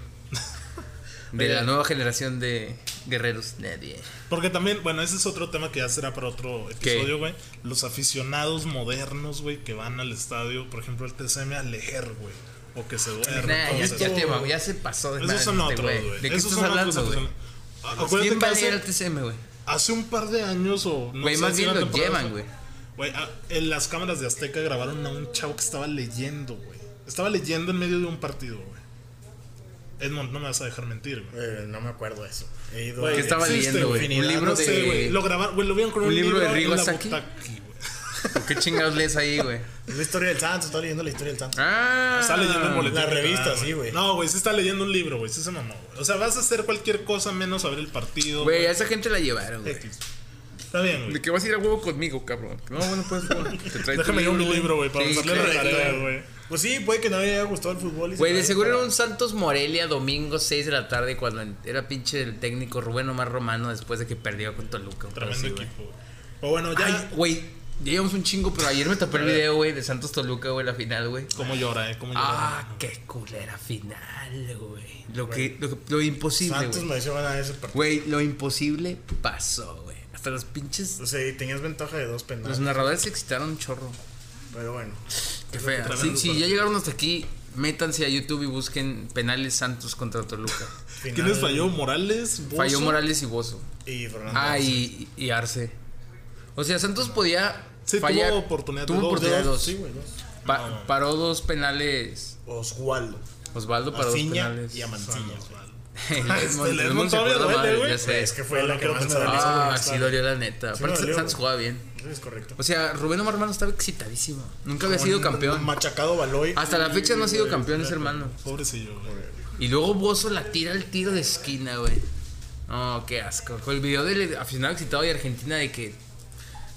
[SPEAKER 2] de la nueva generación de guerreros, nadie.
[SPEAKER 1] Porque también, bueno, ese es otro tema que ya será para otro
[SPEAKER 2] ¿Qué?
[SPEAKER 1] episodio, güey. Los aficionados modernos, güey, que van al estadio, por ejemplo, al TCM a leer, güey. O que se duermen.
[SPEAKER 2] Nah, ya,
[SPEAKER 1] entonces,
[SPEAKER 2] ya te va, ya se pasó de
[SPEAKER 1] Esos
[SPEAKER 2] madre,
[SPEAKER 1] son
[SPEAKER 2] este,
[SPEAKER 1] otros, güey.
[SPEAKER 2] ¿De qué
[SPEAKER 1] Esos
[SPEAKER 2] estás
[SPEAKER 1] son otros
[SPEAKER 2] hablando, güey?
[SPEAKER 1] aficionados. Ah, acuérdate
[SPEAKER 2] ¿Quién
[SPEAKER 1] que
[SPEAKER 2] va a
[SPEAKER 1] hace-
[SPEAKER 2] ir al TCM, güey?
[SPEAKER 1] Hace un par de años o no
[SPEAKER 2] Güey,
[SPEAKER 1] sé
[SPEAKER 2] más
[SPEAKER 1] si
[SPEAKER 2] bien
[SPEAKER 1] una
[SPEAKER 2] lo
[SPEAKER 1] temporada,
[SPEAKER 2] llevan,
[SPEAKER 1] güey.
[SPEAKER 2] güey.
[SPEAKER 1] Güey, ah, en las cámaras de Azteca grabaron a un chavo que estaba leyendo, güey. Estaba leyendo en medio de un partido, güey. Edmond, no me vas a dejar mentir, güey.
[SPEAKER 3] Eh, no me acuerdo de eso. He ido
[SPEAKER 1] Güey,
[SPEAKER 2] ¿Qué estaba
[SPEAKER 1] existe,
[SPEAKER 2] leyendo, güey?
[SPEAKER 1] infinidad,
[SPEAKER 2] Un libro
[SPEAKER 1] no sé,
[SPEAKER 2] de-
[SPEAKER 1] güey. Lo grabaron, güey, lo vieron con un,
[SPEAKER 2] ¿Un libro de Rigo
[SPEAKER 1] en la
[SPEAKER 2] Sasaki?
[SPEAKER 1] butaca, güey.
[SPEAKER 2] ¿Qué chingados lees ahí, güey?
[SPEAKER 3] La historia del Santos, estaba leyendo la historia del Santos.
[SPEAKER 2] Ah,
[SPEAKER 1] Está leyendo el boletín.
[SPEAKER 3] la
[SPEAKER 1] que te
[SPEAKER 3] revista,
[SPEAKER 1] dan,
[SPEAKER 3] sí, güey.
[SPEAKER 1] No, güey, sí está leyendo un libro, güey. Sí se mamó, güey. O sea, vas a hacer cualquier cosa menos abrir el partido.
[SPEAKER 2] Güey, a esa gente la llevaron, güey.
[SPEAKER 1] X. Está bien,
[SPEAKER 2] De
[SPEAKER 1] güey.
[SPEAKER 2] que vas a ir a huevo conmigo, cabrón. No, bueno, pues, güey. Te trae tu
[SPEAKER 1] Déjame yo mi
[SPEAKER 2] güey.
[SPEAKER 1] libro, güey, para
[SPEAKER 2] Sí,
[SPEAKER 1] usarle
[SPEAKER 2] claro.
[SPEAKER 1] la tarea, güey.
[SPEAKER 3] Pues sí, puede que no me haya gustado el fútbol. y se
[SPEAKER 2] Güey, de
[SPEAKER 3] vaya
[SPEAKER 2] seguro
[SPEAKER 3] para-
[SPEAKER 2] era un Santos Morelia domingo 6 de la tarde cuando era pinche el técnico Rubén Omar Romano después de que perdió con Toluca. un pedo
[SPEAKER 1] Tremendo
[SPEAKER 2] así, güey.
[SPEAKER 1] equipo, Pues güey. O bueno, ya.
[SPEAKER 2] Ay, güey, ya llevamos un chingo, pero ayer me tapé el video, güey, de Santos Toluca, güey, la final, güey.
[SPEAKER 1] Cómo llora, eh, cómo llora.
[SPEAKER 2] Ah, qué culera final, güey. Lo que, lo, que- lo imposible,
[SPEAKER 3] Santos
[SPEAKER 2] güey.
[SPEAKER 3] me decía van a ese partido.
[SPEAKER 2] Güey, lo imposible pasó, güey. Hasta los pinches.
[SPEAKER 3] O sea, y tenías ventaja de dos
[SPEAKER 2] Los
[SPEAKER 3] penales.
[SPEAKER 2] narradores se excitaron un chorro.
[SPEAKER 3] Pero bueno.
[SPEAKER 2] Qué fea.
[SPEAKER 1] traen
[SPEAKER 2] Si,
[SPEAKER 1] los
[SPEAKER 2] si ya llegaron hasta aquí, métanse a YouTube y busquen penales Santos contra Toluca.
[SPEAKER 3] Final
[SPEAKER 1] ¿Quiénes falló? ¿Morales? Bozo?
[SPEAKER 2] Falló Morales y Bozo.
[SPEAKER 3] Y Fernando.
[SPEAKER 2] Ah, y, y Arce. O sea, Santos podía
[SPEAKER 1] Sí, tuvo
[SPEAKER 2] fallar.
[SPEAKER 1] oportunidad de
[SPEAKER 2] Tuvo
[SPEAKER 1] dos,
[SPEAKER 2] oportunidad de
[SPEAKER 1] dos,
[SPEAKER 2] dos.
[SPEAKER 3] Sí, güey, dos.
[SPEAKER 2] Pa- Paró dos penales.
[SPEAKER 3] Oswaldo.
[SPEAKER 2] Osvaldo paró dos
[SPEAKER 3] Afiña
[SPEAKER 2] penales.
[SPEAKER 3] y Amancilla.
[SPEAKER 2] El Edmond,
[SPEAKER 1] El
[SPEAKER 2] el
[SPEAKER 1] Edmond
[SPEAKER 2] Edmond se
[SPEAKER 1] todavía
[SPEAKER 2] acuerda
[SPEAKER 1] duele,
[SPEAKER 2] madre,
[SPEAKER 1] güey.
[SPEAKER 2] ya sé.
[SPEAKER 3] Es que fue
[SPEAKER 1] No,
[SPEAKER 3] la
[SPEAKER 1] no
[SPEAKER 3] que
[SPEAKER 1] quiero
[SPEAKER 3] más me
[SPEAKER 1] pensar en
[SPEAKER 3] dolió.
[SPEAKER 2] Ah,
[SPEAKER 3] güey,
[SPEAKER 2] sí
[SPEAKER 3] está-
[SPEAKER 2] dolió la neta.
[SPEAKER 3] Sí me
[SPEAKER 2] Aparte,
[SPEAKER 3] dolió,
[SPEAKER 2] Santos
[SPEAKER 3] güey.
[SPEAKER 2] jugaba bien.
[SPEAKER 3] Sí, Es correcto.
[SPEAKER 2] O sea, Rubén Omar Hermano estaba excitadísimo. Nunca había sido campeón.
[SPEAKER 3] Machacado Baloy.
[SPEAKER 2] Hasta la fecha no ha sido campeón ese hermano.
[SPEAKER 1] Pobrecillo, güey.
[SPEAKER 2] Y luego Bozo la tira el tiro de esquina, güey. No, qué asco. Con el video del aficionado excitado de Argentina de que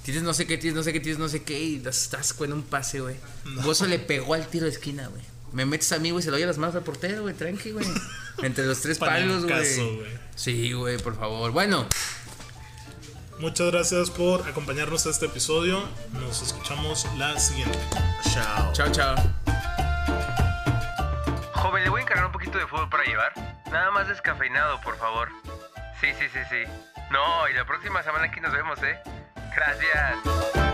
[SPEAKER 2] tienes no sé qué, tienes no sé qué, tienes no sé qué y das asco en un pase, güey. Bozo le pegó al tiro de esquina, güey. Me metes a mí, güey, se lo doy a las manos al portero, güey, tranqui, güey. Entre los tres palos,
[SPEAKER 1] Panencazo,
[SPEAKER 2] güey.
[SPEAKER 1] güey.
[SPEAKER 2] Sí, güey, por favor. Bueno,
[SPEAKER 1] Muchas gracias por acompañarnos a este episodio. Nos escuchamos la siguiente.
[SPEAKER 3] Chao.
[SPEAKER 2] chao, chao. Joven, le voy a encargar un poquito de fútbol para llevar. Nada más descafeinado, por favor. Sí, sí, sí, sí. No, y la próxima semana aquí nos vemos, ¿eh? Gracias.